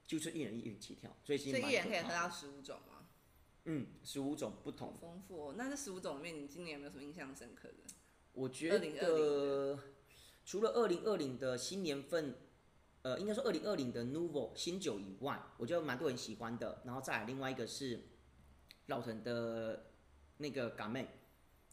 [SPEAKER 2] 就是一人一瓶起跳，所以其
[SPEAKER 1] 所
[SPEAKER 2] 实
[SPEAKER 1] 以
[SPEAKER 2] 蛮
[SPEAKER 1] 一人
[SPEAKER 2] 可
[SPEAKER 1] 可以
[SPEAKER 2] 怕
[SPEAKER 1] 喝
[SPEAKER 2] 的
[SPEAKER 1] 到十五种吗？
[SPEAKER 2] 嗯十五种不同
[SPEAKER 1] 好。丰富哦。那这十五种里面，你今年有没有什么印象深刻的？
[SPEAKER 2] 我觉
[SPEAKER 1] 2020
[SPEAKER 2] 得除了二零二零的新年份，呃，应该说二零二零的 Nouveau 新酒以外，我觉得蛮多人喜欢的。然后再来另外一个是老藤的那个嘎妹，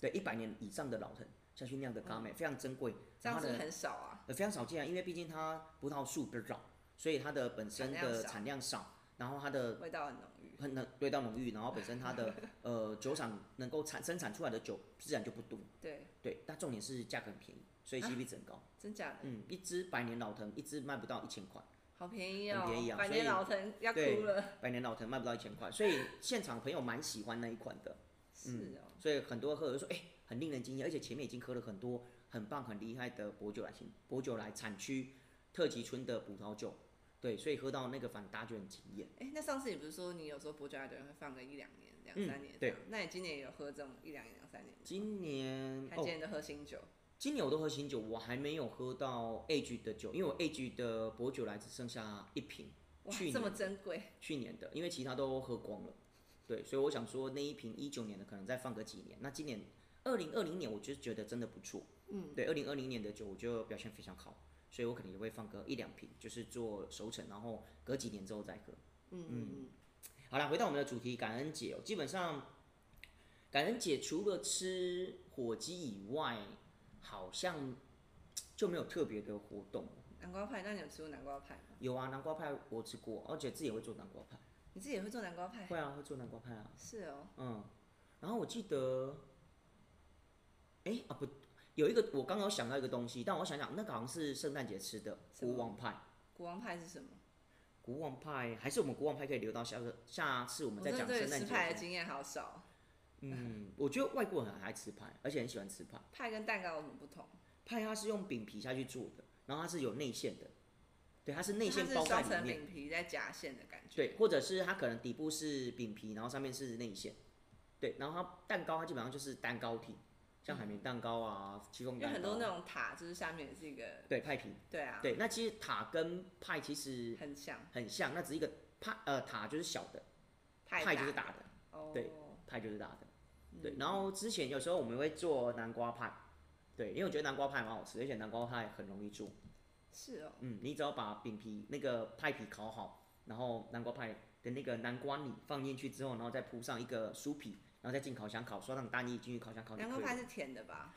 [SPEAKER 2] 对，一百年以上的老藤下去酿的嘎妹、
[SPEAKER 1] 嗯
[SPEAKER 2] 非常珍贵，
[SPEAKER 1] 这样
[SPEAKER 2] 然后
[SPEAKER 1] 是不
[SPEAKER 2] 它的
[SPEAKER 1] 是很少啊？
[SPEAKER 2] 呃，非常少见啊，因为毕竟它葡萄树比较少，所以它的本
[SPEAKER 1] 产
[SPEAKER 2] 身
[SPEAKER 1] 量
[SPEAKER 2] 的
[SPEAKER 1] 少
[SPEAKER 2] 产量少，然后它的
[SPEAKER 1] 味道很浓郁。
[SPEAKER 2] 很能对到浓郁，然后本身它的呃酒厂能够产生产出来的酒自然就不多，
[SPEAKER 1] 对，
[SPEAKER 2] 对，但重点是价格很便宜，所以
[SPEAKER 1] 啊
[SPEAKER 2] CP 值很高。
[SPEAKER 1] 真假的，
[SPEAKER 2] 嗯，一支百年老藤，一支卖不到一千块，
[SPEAKER 1] 好便宜哦，
[SPEAKER 2] 很便宜啊
[SPEAKER 1] 百年
[SPEAKER 2] 所以
[SPEAKER 1] 老藤要
[SPEAKER 2] 对
[SPEAKER 1] 哭了。
[SPEAKER 2] 百年老藤卖不到一千块，所以现场朋友蛮喜欢那一款的，
[SPEAKER 1] 是哦，
[SPEAKER 2] 所以很多客人就说，哎、很令人惊艳，而且前面已经喝了很多很棒、很厉害的博酒来新博酒来产区特级村的葡萄酒，对，所以喝到那个反大就很惊艳。
[SPEAKER 1] 哎，那上次你不是说你有时候博酒来的人会放个一两年、两
[SPEAKER 2] 嗯
[SPEAKER 1] 三年这
[SPEAKER 2] 对
[SPEAKER 1] 样？那你今年也有喝这种一两年、两三年吗？
[SPEAKER 2] 今年
[SPEAKER 1] 还今
[SPEAKER 2] 哦，
[SPEAKER 1] 年都喝新酒，
[SPEAKER 2] 今年我都喝新酒，我还没有喝到 age 的酒，因为我 age 的博酒来只剩下一瓶，
[SPEAKER 1] 哇
[SPEAKER 2] 去，
[SPEAKER 1] 这么
[SPEAKER 2] 年
[SPEAKER 1] 珍贵，
[SPEAKER 2] 去年的，因为其他都喝光了，对，所以我想说那一瓶一九年的可能再放个几年，那今年二零二零年我就觉得真的不错，
[SPEAKER 1] 嗯，
[SPEAKER 2] 对，二零二零年的酒我觉得表现非常好，所以我可能也会放个一两瓶，就是做熟成，然后隔几年之后再喝。
[SPEAKER 1] 嗯嗯嗯，
[SPEAKER 2] 好啦，回到我们的主题，感恩节、哦，基本上感恩节除了吃火鸡以外，好像就没有特别的活动。
[SPEAKER 1] 南瓜派，那你有吃过南瓜派吗？
[SPEAKER 2] 有啊，南瓜派我吃过，而且自己也会做南瓜派。
[SPEAKER 1] 你自己也会做南瓜派？
[SPEAKER 2] 会啊，会做南瓜派啊。
[SPEAKER 1] 是哦，
[SPEAKER 2] 嗯，然后我记得，哎、啊不，有一个我刚刚有想到一个东西，但我想想，那个好像是圣诞节吃的
[SPEAKER 1] 什
[SPEAKER 2] 国
[SPEAKER 1] 么
[SPEAKER 2] 王派。
[SPEAKER 1] 国王派是什么？
[SPEAKER 2] 国王派还是我们国王派可以留到下个下次我们
[SPEAKER 1] 我
[SPEAKER 2] 再
[SPEAKER 1] 真的
[SPEAKER 2] 讲
[SPEAKER 1] 哦对
[SPEAKER 2] 圣诞
[SPEAKER 1] 吃
[SPEAKER 2] 节
[SPEAKER 1] 派
[SPEAKER 2] 的
[SPEAKER 1] 的
[SPEAKER 2] 时候。
[SPEAKER 1] 经验好少，哦
[SPEAKER 2] 嗯，我觉得外国人很爱吃派，而且很喜欢吃派。
[SPEAKER 1] 派跟蛋糕有什么不同？
[SPEAKER 2] 派它是用饼皮下去做的，然后它是有内馅的，对，它是内馅
[SPEAKER 1] 它
[SPEAKER 2] 包
[SPEAKER 1] 是
[SPEAKER 2] 在
[SPEAKER 1] 双
[SPEAKER 2] 里
[SPEAKER 1] 层
[SPEAKER 2] 面，
[SPEAKER 1] 饼皮再夹馅的感觉。
[SPEAKER 2] 对，或者是它可能底部是饼皮，然后上面是内馅，对，然后它蛋糕它基本上就是蛋糕体，像海绵蛋糕啊、戚风
[SPEAKER 1] 因为
[SPEAKER 2] 蛋糕啊，
[SPEAKER 1] 嗯很多那种塔，就是下面也是一个，
[SPEAKER 2] 对派皮，
[SPEAKER 1] 对啊，
[SPEAKER 2] 对，那其实塔跟派其实
[SPEAKER 1] 很像
[SPEAKER 2] 很像，那只是一个派呃塔就是小的，
[SPEAKER 1] 派嗯
[SPEAKER 2] 派就是大的，
[SPEAKER 1] 哦，
[SPEAKER 2] 对派就是大的，对。然后之前有时候我们会做南瓜派，对，因为我觉得南瓜派蛮好吃，而且南瓜派很容易做。
[SPEAKER 1] 是哦，
[SPEAKER 2] 嗯，你只要把饼皮那个派皮烤好，然后南瓜派的那个南瓜泥放进去之后，然后再铺上一个酥皮，然后再进烤箱烤，刷上大泥进去烤箱烤就
[SPEAKER 1] 南
[SPEAKER 2] 可
[SPEAKER 1] 瓜
[SPEAKER 2] 以
[SPEAKER 1] 派
[SPEAKER 2] 了。
[SPEAKER 1] 是甜的吧？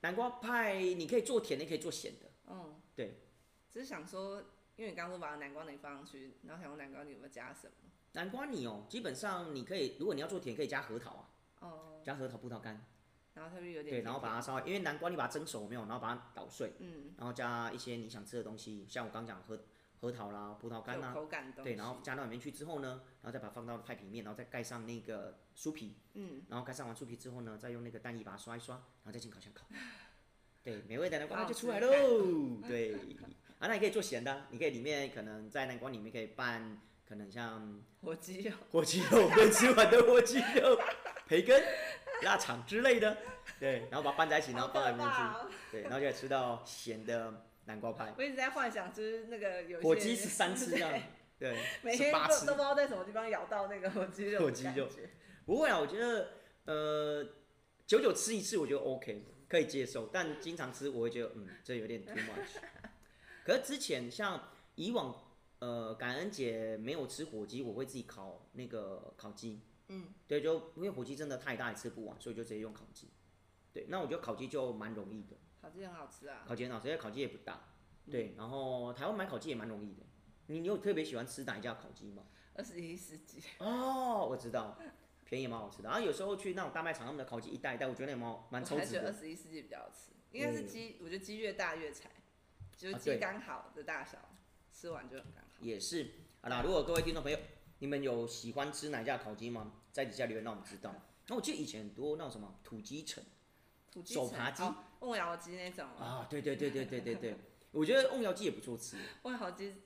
[SPEAKER 2] 南瓜派你可以做甜的，也可以做咸的。
[SPEAKER 1] 嗯，
[SPEAKER 2] 对，
[SPEAKER 1] 只是想说，因为你刚说把南瓜泥放上去，然后想用南瓜泥有没有加什么？
[SPEAKER 2] 南瓜泥哦，基本上你可以，如果你要做甜，可以加核桃啊，
[SPEAKER 1] 哦，
[SPEAKER 2] 加核桃、葡萄干，
[SPEAKER 1] 然后它就有点
[SPEAKER 2] 对，然后把它稍微，因为南瓜你把它蒸熟有没有，然后把它捣碎，
[SPEAKER 1] 嗯，
[SPEAKER 2] 然后加一些你想吃的东西，像我刚讲核核桃啦、葡萄干
[SPEAKER 1] 有
[SPEAKER 2] 啦，
[SPEAKER 1] 口感的东西，
[SPEAKER 2] 对，然后加到里面去之后呢，然后再把它放到派皮面，然后再盖上那个酥皮，
[SPEAKER 1] 嗯，
[SPEAKER 2] 然后盖上完酥皮之后呢，再用那个蛋液把它刷一刷，然后再进烤箱烤。 对，美味的南瓜
[SPEAKER 1] 好
[SPEAKER 2] 派就出来
[SPEAKER 1] 吃
[SPEAKER 2] 喽。 对，啊，那你可以做咸的啊，你可以里面可能在南瓜里面可以拌，可能像
[SPEAKER 1] 火鸡哦，
[SPEAKER 2] 火鸡肉，未吃完的火鸡肉、培根、 腊肠之类的，对，然后把它拌在一起，然后放在里面吃，
[SPEAKER 1] 好可怕哦
[SPEAKER 2] 对，然后就可以吃到咸的南瓜派。
[SPEAKER 1] 我一直在幻想，就是那个有一些
[SPEAKER 2] 火鸡十三吃这样
[SPEAKER 1] 对，
[SPEAKER 2] 对，
[SPEAKER 1] 每
[SPEAKER 2] 十
[SPEAKER 1] 天
[SPEAKER 2] 八
[SPEAKER 1] 都
[SPEAKER 2] 吃
[SPEAKER 1] 都不知道在什么地方咬到那个火鸡肉的
[SPEAKER 2] 火鸡肉
[SPEAKER 1] 感觉，
[SPEAKER 2] 不会啊，我觉得呃，久久吃一次我觉得 OK，可以接受，但经常吃我会觉得嗯，这有点 too much。可是之前像以往呃感恩节没有吃火鸡，我会自己烤那个烤鸡，
[SPEAKER 1] 嗯，
[SPEAKER 2] 对，就因为火鸡真的太大也吃不完，所以就直接用烤鸡。对，那我觉得烤鸡就蛮容易的，
[SPEAKER 1] 烤鸡很好吃啊，嗯
[SPEAKER 2] 烤鸡很好吃，因为烤鸡也不大。对，然后台湾买烤鸡也蛮容易的。你你有特别喜欢吃哪一家烤鸡吗？
[SPEAKER 1] 二十一世纪。
[SPEAKER 2] 哦，我知道，便宜也蛮好吃的。然后有时候去那种大卖场，他们的烤鸡一袋一袋，我觉得也蛮好蛮
[SPEAKER 1] 我
[SPEAKER 2] 超
[SPEAKER 1] 还
[SPEAKER 2] 值
[SPEAKER 1] 觉得二
[SPEAKER 2] 的。嗯
[SPEAKER 1] 十一世纪比较好吃，应该是鸡，我觉得鸡越大越柴，就是
[SPEAKER 2] 啊
[SPEAKER 1] 鸡
[SPEAKER 2] 对
[SPEAKER 1] 刚好的大小，吃完就很刚好。
[SPEAKER 2] 也是，好啦，如果各位听众朋友，你们有喜欢吃哪一家烤鸡吗？在底下留言让我们知道。那我记得以前很多那种什么土鸡城
[SPEAKER 1] 土鸡
[SPEAKER 2] 手
[SPEAKER 1] 翅
[SPEAKER 2] 扒鸡
[SPEAKER 1] 哦，瓮窑鸡那种哦，
[SPEAKER 2] 啊，对对对对对对对， 我觉得瓮窑鸡也不错吃。
[SPEAKER 1] 瓮窑鸡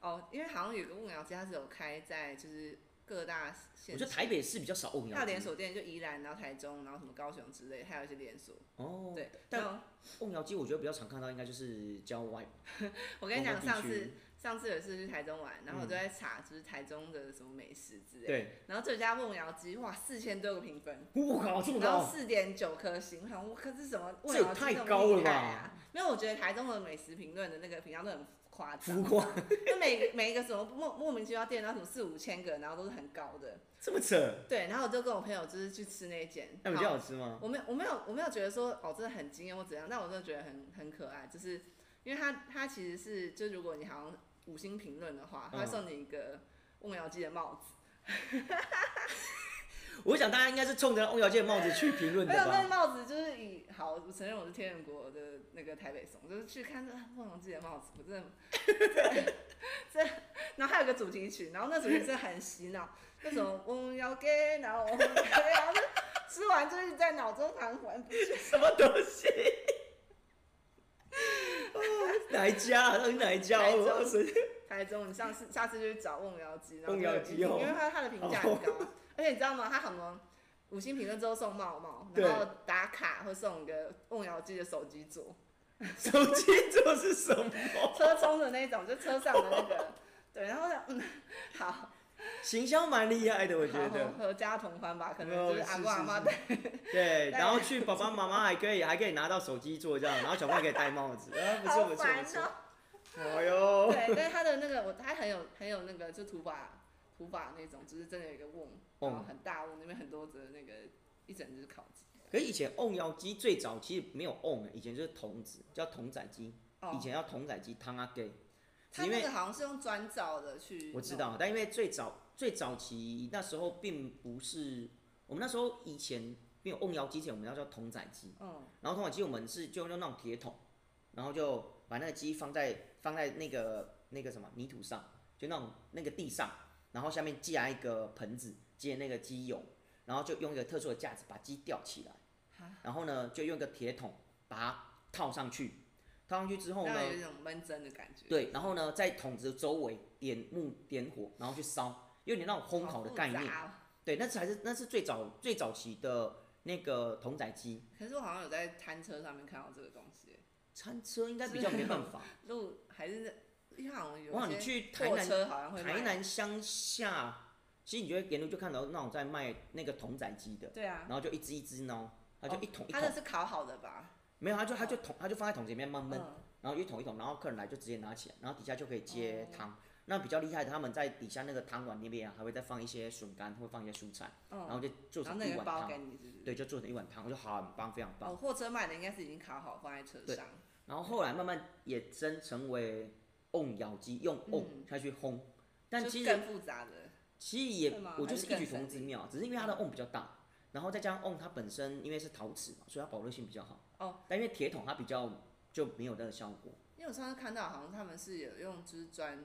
[SPEAKER 1] 哦，因为好像有个瓮窑鸡，它是有开在就是各大
[SPEAKER 2] 我
[SPEAKER 1] 县
[SPEAKER 2] 觉得
[SPEAKER 1] 市，
[SPEAKER 2] 台北市比较少
[SPEAKER 1] 它
[SPEAKER 2] 瓮
[SPEAKER 1] 有
[SPEAKER 2] 窑
[SPEAKER 1] 连
[SPEAKER 2] 鸡
[SPEAKER 1] 锁店，就宜兰，然后台中，然后什么高雄之类，还有一些连锁。
[SPEAKER 2] 哦，
[SPEAKER 1] 对，
[SPEAKER 2] 但
[SPEAKER 1] 然后
[SPEAKER 2] 瓮窑鸡我觉得比较常看到应该就是郊外。
[SPEAKER 1] 我跟你讲，
[SPEAKER 2] 东部
[SPEAKER 1] 上
[SPEAKER 2] 地
[SPEAKER 1] 次
[SPEAKER 2] 区
[SPEAKER 1] 上次有一次去台中玩，然后我就在查就是台中的什么美食之类的，
[SPEAKER 2] 嗯对，
[SPEAKER 1] 然后这家瓮窑鸡哇四千多个评分。
[SPEAKER 2] 我靠，这么
[SPEAKER 1] 然后
[SPEAKER 2] 高，
[SPEAKER 1] 四点九颗星，我想我可是什么？
[SPEAKER 2] 哦这也
[SPEAKER 1] 哇
[SPEAKER 2] 太
[SPEAKER 1] 这么
[SPEAKER 2] 高了
[SPEAKER 1] 厉害
[SPEAKER 2] 吧
[SPEAKER 1] 啊！没有，我觉得台中的美食评论的那个评价都很夸
[SPEAKER 2] 浮
[SPEAKER 1] 张，
[SPEAKER 2] 夸，
[SPEAKER 1] 就每每一个什么莫莫名其妙店，然后什么四五千个，然后都是很高的。
[SPEAKER 2] 这么扯，
[SPEAKER 1] 对，然后我就跟我朋友就是去吃那一间，
[SPEAKER 2] 那你哎觉得好吃吗？
[SPEAKER 1] 我没有我没有我没有觉得说哦真的很惊艳或怎样，但我真的觉得很很可爱，就是因为它它其实是就如果你好像五星评论的话，它会
[SPEAKER 2] 嗯
[SPEAKER 1] 送你一个瓮窑鸡的帽子。
[SPEAKER 2] 我想大家应该是冲着瓮窑鸡的帽子去评论
[SPEAKER 1] 没
[SPEAKER 2] 的
[SPEAKER 1] 有，
[SPEAKER 2] 吧
[SPEAKER 1] 那。帽子就是以好，我承认我是天人国的那个台北松，就是去看这啊忘了自己的帽子，我真的 这，然后还有个主题曲，然后那主题是很洗脑，那种我要给，然后 我要给，然后就吃完就是在脑中盘桓不去，
[SPEAKER 2] 什么东西？ 哪一家啊？到底哪一家啊？
[SPEAKER 1] 台中
[SPEAKER 2] 我神
[SPEAKER 1] 台中，你上次下次就去找瓮窑鸡，然后
[SPEAKER 2] 瓮窑鸡
[SPEAKER 1] 就
[SPEAKER 2] 哦
[SPEAKER 1] 因为它它的评价很高， 而且你知道吗？它很多五星评论之后送帽帽，
[SPEAKER 2] 对
[SPEAKER 1] 然后打卡会送一个瓮窑鸡的手机座。
[SPEAKER 2] 手机座是什么？
[SPEAKER 1] 车冲的那种，就车上的那 个，对，然后呢，嗯，好，
[SPEAKER 2] 行销蛮厉害的，我觉
[SPEAKER 1] 好
[SPEAKER 2] 得。
[SPEAKER 1] 合家同欢吧，可能就是
[SPEAKER 2] 哦
[SPEAKER 1] 阿
[SPEAKER 2] 是
[SPEAKER 1] 公阿
[SPEAKER 2] 是
[SPEAKER 1] 妈
[SPEAKER 2] 是
[SPEAKER 1] 带，
[SPEAKER 2] 对，
[SPEAKER 1] 对
[SPEAKER 2] 然后去爸爸妈妈还可以，还可以拿到手机座这样，然后小朋友可以戴帽 子，啊，不错
[SPEAKER 1] 好
[SPEAKER 2] 不错
[SPEAKER 1] 烦
[SPEAKER 2] 不错
[SPEAKER 1] 哦。。
[SPEAKER 2] 哎 呦，
[SPEAKER 1] 对，但是他的那个我他很有很有那个就土法土法那种，就是真的有一个瓮，然后
[SPEAKER 2] 瓮
[SPEAKER 1] 很大瓮，那边很多的那个一整只烤鸡，
[SPEAKER 2] 可是以前瓮窑鸡最早其实没有瓮，以前就是筒子，叫筒仔鸡，以
[SPEAKER 1] 哦，
[SPEAKER 2] 前叫童仔鸡汤啊给，
[SPEAKER 1] 他
[SPEAKER 2] 因
[SPEAKER 1] 那
[SPEAKER 2] 为
[SPEAKER 1] 个好像是用砖造的去弄，
[SPEAKER 2] 我知道，但因为最早最早期那时候并不是我们那时候以前没有瓮窑鸡前，我们要叫童仔鸡，
[SPEAKER 1] 嗯，
[SPEAKER 2] 然后童仔鸡我们是就用那种铁桶，然后就把那个鸡放在放在那个那个什么泥土上，就那种那个地上，然后下面架一个盆子接那个鸡油，然后就用一个特殊的架子把鸡吊起来，
[SPEAKER 1] 哈，
[SPEAKER 2] 然后呢就用一个铁桶把它套上去，套上去之后呢
[SPEAKER 1] 那，有一种闷蒸的感觉，
[SPEAKER 2] 对，然后呢，在桶子周围点木点火，然后去烧，有点那种烘烤的概念。
[SPEAKER 1] 好复杂哦
[SPEAKER 2] 对，那才是那是最早最早期的那个桶仔鸡。
[SPEAKER 1] 可是我好像有在餐车上面看到这个东西，
[SPEAKER 2] 餐车应该比较没办法。
[SPEAKER 1] 路还是因为好像
[SPEAKER 2] 哇，
[SPEAKER 1] 有一
[SPEAKER 2] 你
[SPEAKER 1] 些
[SPEAKER 2] 去台
[SPEAKER 1] 货
[SPEAKER 2] 南
[SPEAKER 1] 车好像会卖
[SPEAKER 2] 台，南乡下，其实你就会沿路就看到那种在卖那个桶仔鸡的，
[SPEAKER 1] 对啊哦
[SPEAKER 2] 然，后就一只一只呢，它就一桶一
[SPEAKER 1] 它
[SPEAKER 2] 桶，
[SPEAKER 1] 那是烤好的吧？
[SPEAKER 2] 没有，它就它就桶它就放在桶子里面慢慢，
[SPEAKER 1] 嗯，
[SPEAKER 2] 然后一桶一桶，然后客人来就直接拿起来，然后底下就可以接
[SPEAKER 1] 哦
[SPEAKER 2] 汤。那比较厉害的，他们在底下那个汤碗那边啊，还会再放一些笋干，会放一些蔬菜。然
[SPEAKER 1] 嗯，
[SPEAKER 2] 后就做
[SPEAKER 1] 然
[SPEAKER 2] 成
[SPEAKER 1] 后
[SPEAKER 2] 一
[SPEAKER 1] 那个
[SPEAKER 2] 碗
[SPEAKER 1] 包
[SPEAKER 2] 汤，
[SPEAKER 1] 给你是不是？
[SPEAKER 2] 对，就做成一碗汤，我就好，啊很棒，非常棒。
[SPEAKER 1] 哦，货车卖的应该是已经烤好放在车
[SPEAKER 2] 对
[SPEAKER 1] 上，
[SPEAKER 2] 然后后来慢慢也真成为瓮窑鸡，用瓮
[SPEAKER 1] 嗯
[SPEAKER 2] 下去烘，但
[SPEAKER 1] 就
[SPEAKER 2] 其实
[SPEAKER 1] 更复杂的，
[SPEAKER 2] 其实也
[SPEAKER 1] 会吗
[SPEAKER 2] 我
[SPEAKER 1] 还
[SPEAKER 2] 就是是异
[SPEAKER 1] 更
[SPEAKER 2] 曲同
[SPEAKER 1] 省
[SPEAKER 2] 之妙，只是因为它的瓮比较大，然后再加上瓮它本身因为是陶瓷嘛，所以它保热性比较好。
[SPEAKER 1] 哦，
[SPEAKER 2] 但因为铁桶它比较就没有那个效果。
[SPEAKER 1] 因为我上次看到好像他们是有用就是砖，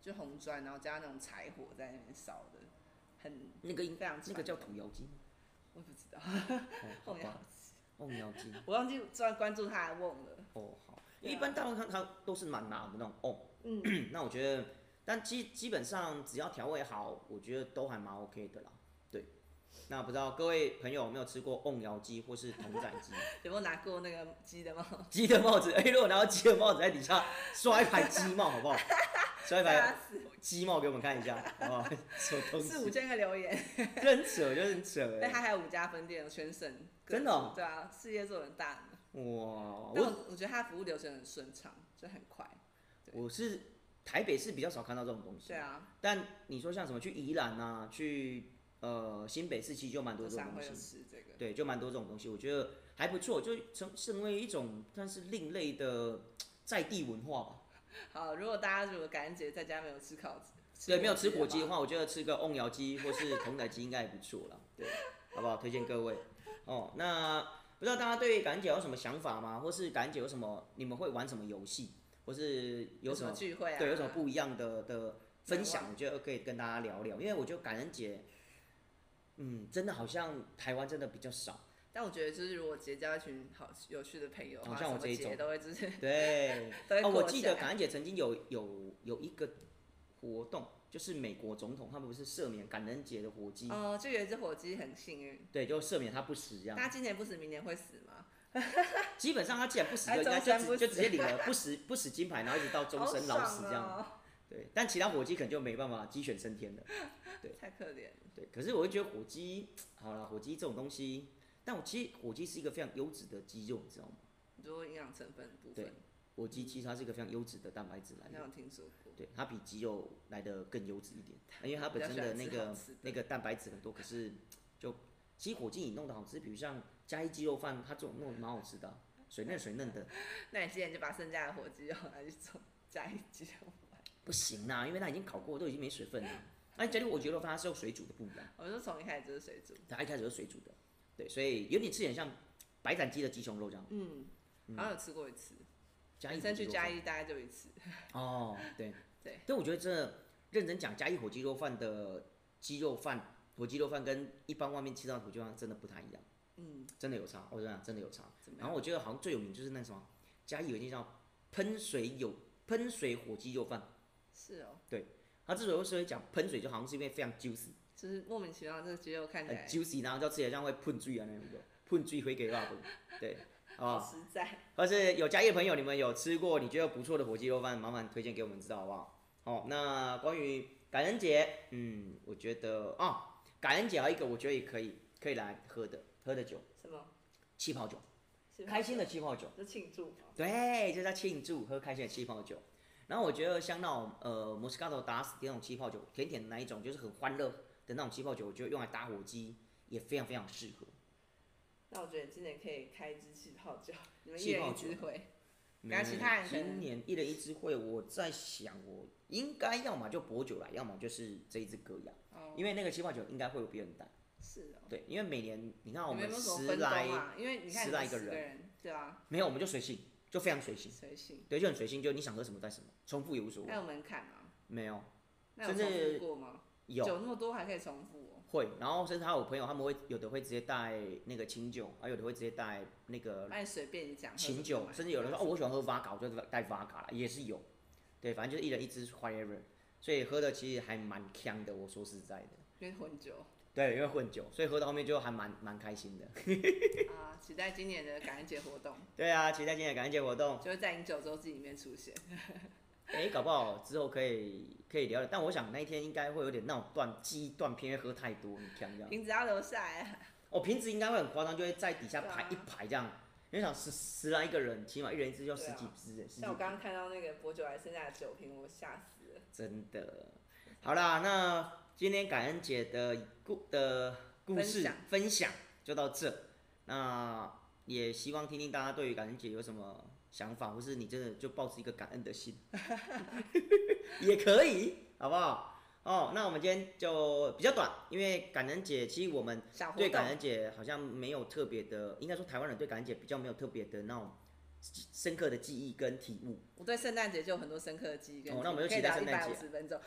[SPEAKER 1] 就红砖，然后加那种柴火在那边烧的，很
[SPEAKER 2] 那个应
[SPEAKER 1] 非常
[SPEAKER 2] 那个
[SPEAKER 1] 传
[SPEAKER 2] 叫
[SPEAKER 1] 统
[SPEAKER 2] 土窑鸡吗，
[SPEAKER 1] 我不知道，
[SPEAKER 2] 哦，好
[SPEAKER 1] 后面
[SPEAKER 2] 吧，
[SPEAKER 1] 好
[SPEAKER 2] 瓮窑鸡，
[SPEAKER 1] 我忘记专关注他的瓮了，
[SPEAKER 2] 哦好，
[SPEAKER 1] 对
[SPEAKER 2] 一
[SPEAKER 1] 啊
[SPEAKER 2] 般大陆它它都是蛮拿的那种瓮。
[SPEAKER 1] 嗯，
[SPEAKER 2] 那我觉得，但基基本上只要调味好，我觉得都还蛮 OK 的啦。对，那不知道各位朋友有没有吃过瓮窑鸡或是童仔 鸡？
[SPEAKER 1] 有没有拿过那个鸡 的帽？
[SPEAKER 2] 鸡的帽子，哎、如果拿到鸡的帽子在底下刷一排鸡帽，好 不好？刷一排
[SPEAKER 1] 吓 死
[SPEAKER 2] 鸡帽给我们看一下，好不 好？什么东
[SPEAKER 1] 我！
[SPEAKER 2] 西
[SPEAKER 1] 啊四？五千个留言，
[SPEAKER 2] 真扯，就是很扯
[SPEAKER 1] 但
[SPEAKER 2] 哎、
[SPEAKER 1] 他还有五家分店全省各
[SPEAKER 2] 真的哦
[SPEAKER 1] 地对啊，事业做得很大呢。
[SPEAKER 2] 哇，
[SPEAKER 1] 但
[SPEAKER 2] 我
[SPEAKER 1] 我我觉得他的服务流程很顺畅，就很快。
[SPEAKER 2] 我是台北市比较少看到这种东西，
[SPEAKER 1] 对啊，
[SPEAKER 2] 但你说像什么去宜兰啊，去呃新北市其实就蛮多
[SPEAKER 1] 就
[SPEAKER 2] 这种
[SPEAKER 1] 常
[SPEAKER 2] 东
[SPEAKER 1] 会
[SPEAKER 2] 西
[SPEAKER 1] 有。吃这个。
[SPEAKER 2] 对，就蛮多这种东西，我觉得还不错，就成成为一种算是另类的在地文化吧。
[SPEAKER 1] 好，如果大家如果感恩节在家没有吃烤鸡，
[SPEAKER 2] 对，没有吃火鸡的
[SPEAKER 1] 的话，
[SPEAKER 2] 话，我觉得吃个瓮窑鸡或是童仔鸡应该也不错啦。对，好不好？推荐各 位。哦，那不知道大家对感恩节有什么想法吗？或是感恩节有什么你们会玩什么游戏，或是有
[SPEAKER 1] 什
[SPEAKER 2] 什么
[SPEAKER 1] 聚会啊？
[SPEAKER 2] 对，有什么不一样的的分
[SPEAKER 1] 展
[SPEAKER 2] 享，我觉得可以跟大家聊聊，因为我觉得感恩节，嗯，真的好像台湾真的比 较少。
[SPEAKER 1] 但我觉得就是如果结交一群好有趣的朋友的话，
[SPEAKER 2] 好哦像我
[SPEAKER 1] 什么
[SPEAKER 2] 这一
[SPEAKER 1] 节
[SPEAKER 2] 种
[SPEAKER 1] 都会就是
[SPEAKER 2] 对，
[SPEAKER 1] 都会
[SPEAKER 2] 哦，
[SPEAKER 1] 过啊
[SPEAKER 2] 我记得
[SPEAKER 1] 下
[SPEAKER 2] 感恩节曾经有有有一个活动，就是美国总统他们不是赦免感恩节的火鸡，
[SPEAKER 1] 哦，就有一只火鸡很幸运，
[SPEAKER 2] 对，就赦免他不死这样。
[SPEAKER 1] 它今年不死，明年会死吗？
[SPEAKER 2] 基本上他既然不死
[SPEAKER 1] 还
[SPEAKER 2] 就应该
[SPEAKER 1] 终身
[SPEAKER 2] 就
[SPEAKER 1] 不
[SPEAKER 2] 直就
[SPEAKER 1] 死
[SPEAKER 2] 直接领 了不死不死金牌，然后一直到终
[SPEAKER 1] 好
[SPEAKER 2] 身老死
[SPEAKER 1] 爽
[SPEAKER 2] 这样。
[SPEAKER 1] 哦
[SPEAKER 2] 对，但其他火鸡可能就没办法鸡犬升天了。
[SPEAKER 1] 太可怜了。
[SPEAKER 2] 对，可是我会觉得火鸡，好了，火鸡这种东西，但我其实火鸡是一个非常优质的鸡肉，你知道吗？
[SPEAKER 1] 你说营养成分部
[SPEAKER 2] 对
[SPEAKER 1] 分，
[SPEAKER 2] 火鸡其实它是一个非常优质的蛋白质来
[SPEAKER 1] 好
[SPEAKER 2] 源
[SPEAKER 1] 像。有听说过。
[SPEAKER 2] 对，它比鸡肉来的更优质一点，因为它
[SPEAKER 1] 我比
[SPEAKER 2] 本
[SPEAKER 1] 较
[SPEAKER 2] 身
[SPEAKER 1] 喜欢
[SPEAKER 2] 的那
[SPEAKER 1] 吃好
[SPEAKER 2] 个
[SPEAKER 1] 吃的
[SPEAKER 2] 那个蛋白质很多，可是就其实火鸡你弄的好吃，比如像嘉义鸡肉饭，它这种弄得蛮好吃的啊、水嫩水嫩的，
[SPEAKER 1] 那你今年就把剩下的火鸡肉拿去做加一鸡肉。
[SPEAKER 2] 不行啦，因为它已经烤过，都已经没水分了。那嘉义火鸡肉饭它是用水煮的不一样，
[SPEAKER 1] 我就从一开始就是水煮，
[SPEAKER 2] 它一开始是水煮的，对，所以有点吃起来像白斩鸡的鸡胸肉这样。
[SPEAKER 1] 嗯，好像有吃过一次，
[SPEAKER 2] 嘉义
[SPEAKER 1] 人
[SPEAKER 2] 火
[SPEAKER 1] 生
[SPEAKER 2] 鸡
[SPEAKER 1] 去
[SPEAKER 2] 肉
[SPEAKER 1] 加
[SPEAKER 2] 饭
[SPEAKER 1] 一大概就一次。
[SPEAKER 2] 哦，对
[SPEAKER 1] 对，
[SPEAKER 2] 但我觉得这认真讲，嘉义火鸡肉饭的鸡肉饭火鸡肉饭跟一般外面吃到的火鸡肉饭真的不太一样。
[SPEAKER 1] 嗯，
[SPEAKER 2] 真的有差，我跟你讲，真的有差。
[SPEAKER 1] 怎么
[SPEAKER 2] 然
[SPEAKER 1] 样？
[SPEAKER 2] 后我觉得好像最有名就是那什么，嘉义有一间叫喷水有喷水火鸡肉饭。
[SPEAKER 1] 是哦，
[SPEAKER 2] 它之所以为什么讲喷水，就好像是因为非常 juicy，
[SPEAKER 1] 就是莫名其妙这个鸡肉看起
[SPEAKER 2] 很
[SPEAKER 1] 来
[SPEAKER 2] juicy，然后就吃起来像会喷水啊那种的，喷水会给辣的。对，
[SPEAKER 1] 好
[SPEAKER 2] 啊，
[SPEAKER 1] 实在。
[SPEAKER 2] 或是有嘉义的朋友，你们有吃过你觉得不错的火鸡肉饭，麻烦推荐给我们知道好不好？好、那关于感恩节，嗯，我觉得啊、感恩节还有一个我觉得也可以可以来喝的喝的酒，
[SPEAKER 1] 什么？
[SPEAKER 2] 气泡酒，
[SPEAKER 1] 是吗
[SPEAKER 2] 开心的气泡酒。
[SPEAKER 1] 就庆祝嘛。
[SPEAKER 2] 对，就是在庆祝喝开心的气泡酒。然后我觉得像那种呃莫斯卡托打死的那种气泡酒，甜甜的那一种，就是很欢乐的那种气泡酒，我觉得用来打火机也非常非常适合。
[SPEAKER 1] 那我觉得你今年可以开一支气泡酒，你们一
[SPEAKER 2] 气
[SPEAKER 1] 人
[SPEAKER 2] 泡
[SPEAKER 1] 一
[SPEAKER 2] 酒
[SPEAKER 1] 支会。那其他人可能
[SPEAKER 2] 今年一人一支会，我在想，我应该要么就博酒来，要么就是这一支歌谣，
[SPEAKER 1] 哦，
[SPEAKER 2] 因为那个气泡酒应该会有别人带。
[SPEAKER 1] 是哦。
[SPEAKER 2] 对，因为每年你看我
[SPEAKER 1] 你们有
[SPEAKER 2] 们
[SPEAKER 1] 没有什么
[SPEAKER 2] 十
[SPEAKER 1] 分工
[SPEAKER 2] 来，
[SPEAKER 1] 啊？因为你看
[SPEAKER 2] 十
[SPEAKER 1] 你
[SPEAKER 2] 来
[SPEAKER 1] 们
[SPEAKER 2] 一个
[SPEAKER 1] 十个
[SPEAKER 2] 人
[SPEAKER 1] 人，对啊，
[SPEAKER 2] 没有我们就随性，就非常随性，
[SPEAKER 1] 随性，
[SPEAKER 2] 对，就很随性，就你想喝什么带什么，重复也无所
[SPEAKER 1] 那
[SPEAKER 2] 谓。
[SPEAKER 1] 有门槛吗？
[SPEAKER 2] 没有，
[SPEAKER 1] 那有
[SPEAKER 2] 甚
[SPEAKER 1] 重
[SPEAKER 2] 至
[SPEAKER 1] 复过吗？
[SPEAKER 2] 有
[SPEAKER 1] 酒那么多还可以重复哦。
[SPEAKER 2] 会，然后甚至还有朋友他们会有的会直接带那个清酒，啊，有的会直接带那个
[SPEAKER 1] 那你随便你讲喝什么
[SPEAKER 2] 琴
[SPEAKER 1] 就
[SPEAKER 2] 呃酒
[SPEAKER 1] 买，
[SPEAKER 2] 甚至有人说哦，我喜欢喝 v o d a 我就带 v o d a 啦，也是有。对，反正就是一人一支 whatever，所以喝的其实还蛮呛的。我说实在的，
[SPEAKER 1] 因为混酒
[SPEAKER 2] 对，因为混酒，所以喝到后面就还蛮蛮开心的。
[SPEAKER 1] 啊，期待今年的感恩节活动
[SPEAKER 2] 对啊，期待今天的感恩节活动。
[SPEAKER 1] 就会在饮酒周记里面出现。
[SPEAKER 2] 哎、搞不好之后可以可以聊聊，但我想那一天应该会有点那种断记忆断片，因为喝太多，你呛这样。
[SPEAKER 1] 瓶子要留下来啊，
[SPEAKER 2] 哦，瓶子应该会很夸张，就会在底下
[SPEAKER 1] 对啊
[SPEAKER 2] 排一排这样。因为想十十来一个人，起码一人一支就
[SPEAKER 1] 对
[SPEAKER 2] 十
[SPEAKER 1] 啊
[SPEAKER 2] 几支、哎十几
[SPEAKER 1] 像我刚刚看到那个薄酒还剩下的酒瓶，我吓死了。
[SPEAKER 2] 真的。好啦，那今天感恩节的故的故事
[SPEAKER 1] 分享
[SPEAKER 2] 分享就到这。那也希望听听大家对于感恩节有什么想法，或是你真的就抱持一个感恩的 心，也可以，好不好？哦，那我们今天就比较短，因为感恩节其实我们
[SPEAKER 1] 小活
[SPEAKER 2] 对感
[SPEAKER 1] 动
[SPEAKER 2] 恩节好像没有特别的，应该说台湾人对感恩节比较没有特别的那种深刻的记忆跟体悟。
[SPEAKER 1] 我对圣诞节就有很多深刻的记忆跟
[SPEAKER 2] 哦
[SPEAKER 1] 体
[SPEAKER 2] 那我们就
[SPEAKER 1] 可以
[SPEAKER 2] 期待
[SPEAKER 1] 聊
[SPEAKER 2] 圣诞节
[SPEAKER 1] 150分钟，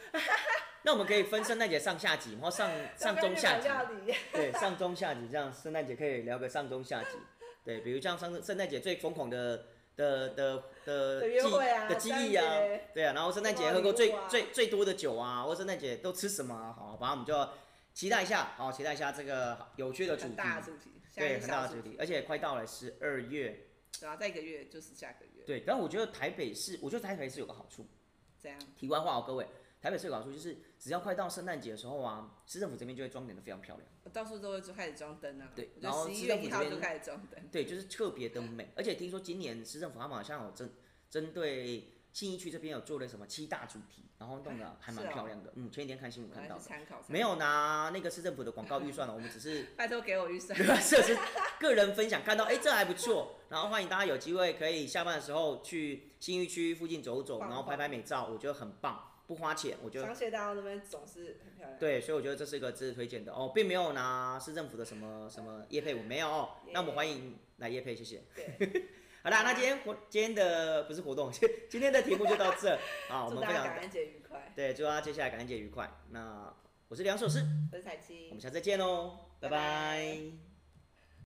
[SPEAKER 2] 那我们可以分圣诞节上下集，然后 上上中下集，
[SPEAKER 1] 要不要去买料理
[SPEAKER 2] 对，上中下集这样，圣诞节可以聊个上中下集，对，比如像上圣诞节最疯狂的的的的
[SPEAKER 1] 的约
[SPEAKER 2] 记
[SPEAKER 1] 会啊，
[SPEAKER 2] 呃的记忆啊
[SPEAKER 1] 三，节
[SPEAKER 2] 对啊，然后圣诞节喝过
[SPEAKER 1] 礼
[SPEAKER 2] 最
[SPEAKER 1] 物啊
[SPEAKER 2] 最最多的酒啊，或圣诞节都吃什么啊，好，反正我们就期待一下，好，期待一下这个有趣的主
[SPEAKER 1] 很
[SPEAKER 2] 题，
[SPEAKER 1] 大的主题，下一
[SPEAKER 2] 对，
[SPEAKER 1] 个
[SPEAKER 2] 很大
[SPEAKER 1] 小
[SPEAKER 2] 的主
[SPEAKER 1] 主
[SPEAKER 2] 题，而哎且快到了十二月，
[SPEAKER 1] 然后再一个月就是下个月，
[SPEAKER 2] 对，但我觉得台北市，我觉得台北市有个好处，
[SPEAKER 1] 这样
[SPEAKER 2] 题外话哦，各位，台北市有个好处就是只要快到圣诞节的时候啊，市政府这边就会装点的非常漂亮。
[SPEAKER 1] 我到处都会就开始装灯啊。
[SPEAKER 2] 对
[SPEAKER 1] 我
[SPEAKER 2] 然后
[SPEAKER 1] 就十一
[SPEAKER 2] 市
[SPEAKER 1] 月
[SPEAKER 2] 政府
[SPEAKER 1] 一
[SPEAKER 2] 这
[SPEAKER 1] 号
[SPEAKER 2] 边
[SPEAKER 1] 就开始装灯，
[SPEAKER 2] 对，就是特别的美。而且听说今年市政府他们好像有针针对信义区这边有做了什么七大主题，然后弄得还蛮
[SPEAKER 1] 是哦
[SPEAKER 2] 漂亮的。嗯，前几天看新闻
[SPEAKER 1] 我来
[SPEAKER 2] 看到
[SPEAKER 1] 去
[SPEAKER 2] 的，
[SPEAKER 1] 参考。
[SPEAKER 2] 没，有拿那个市政府的广告预算了，我们只是
[SPEAKER 1] 拜托给我预算。
[SPEAKER 2] 这是个人分享，看到哎、这还不错，然后欢迎大家有机会可以下班的时候去信义区附近走走，
[SPEAKER 1] 晃
[SPEAKER 2] 然后拍拍美照，我觉得很棒，不花钱，我觉得。
[SPEAKER 1] 双雪道那边总是很漂亮。
[SPEAKER 2] 对，所以我觉得这是一个值得推荐的哦，并没有拿市政府的什么什么业配，我没有、哦。那我们欢迎来业配，谢谢。
[SPEAKER 1] 对，
[SPEAKER 2] 好啦，那今天活今天的不是活动，今今天的题目就到这啊，我
[SPEAKER 1] 祝
[SPEAKER 2] 们
[SPEAKER 1] 大
[SPEAKER 2] 分
[SPEAKER 1] 家
[SPEAKER 2] 享
[SPEAKER 1] 感恩节愉快。
[SPEAKER 2] 对，祝大家接下来感恩节愉快。那我是梁首诗，
[SPEAKER 1] 我是彩
[SPEAKER 2] 我
[SPEAKER 1] 青
[SPEAKER 2] 哦们。下次见喽，拜
[SPEAKER 1] 拜
[SPEAKER 2] 拜
[SPEAKER 1] 拜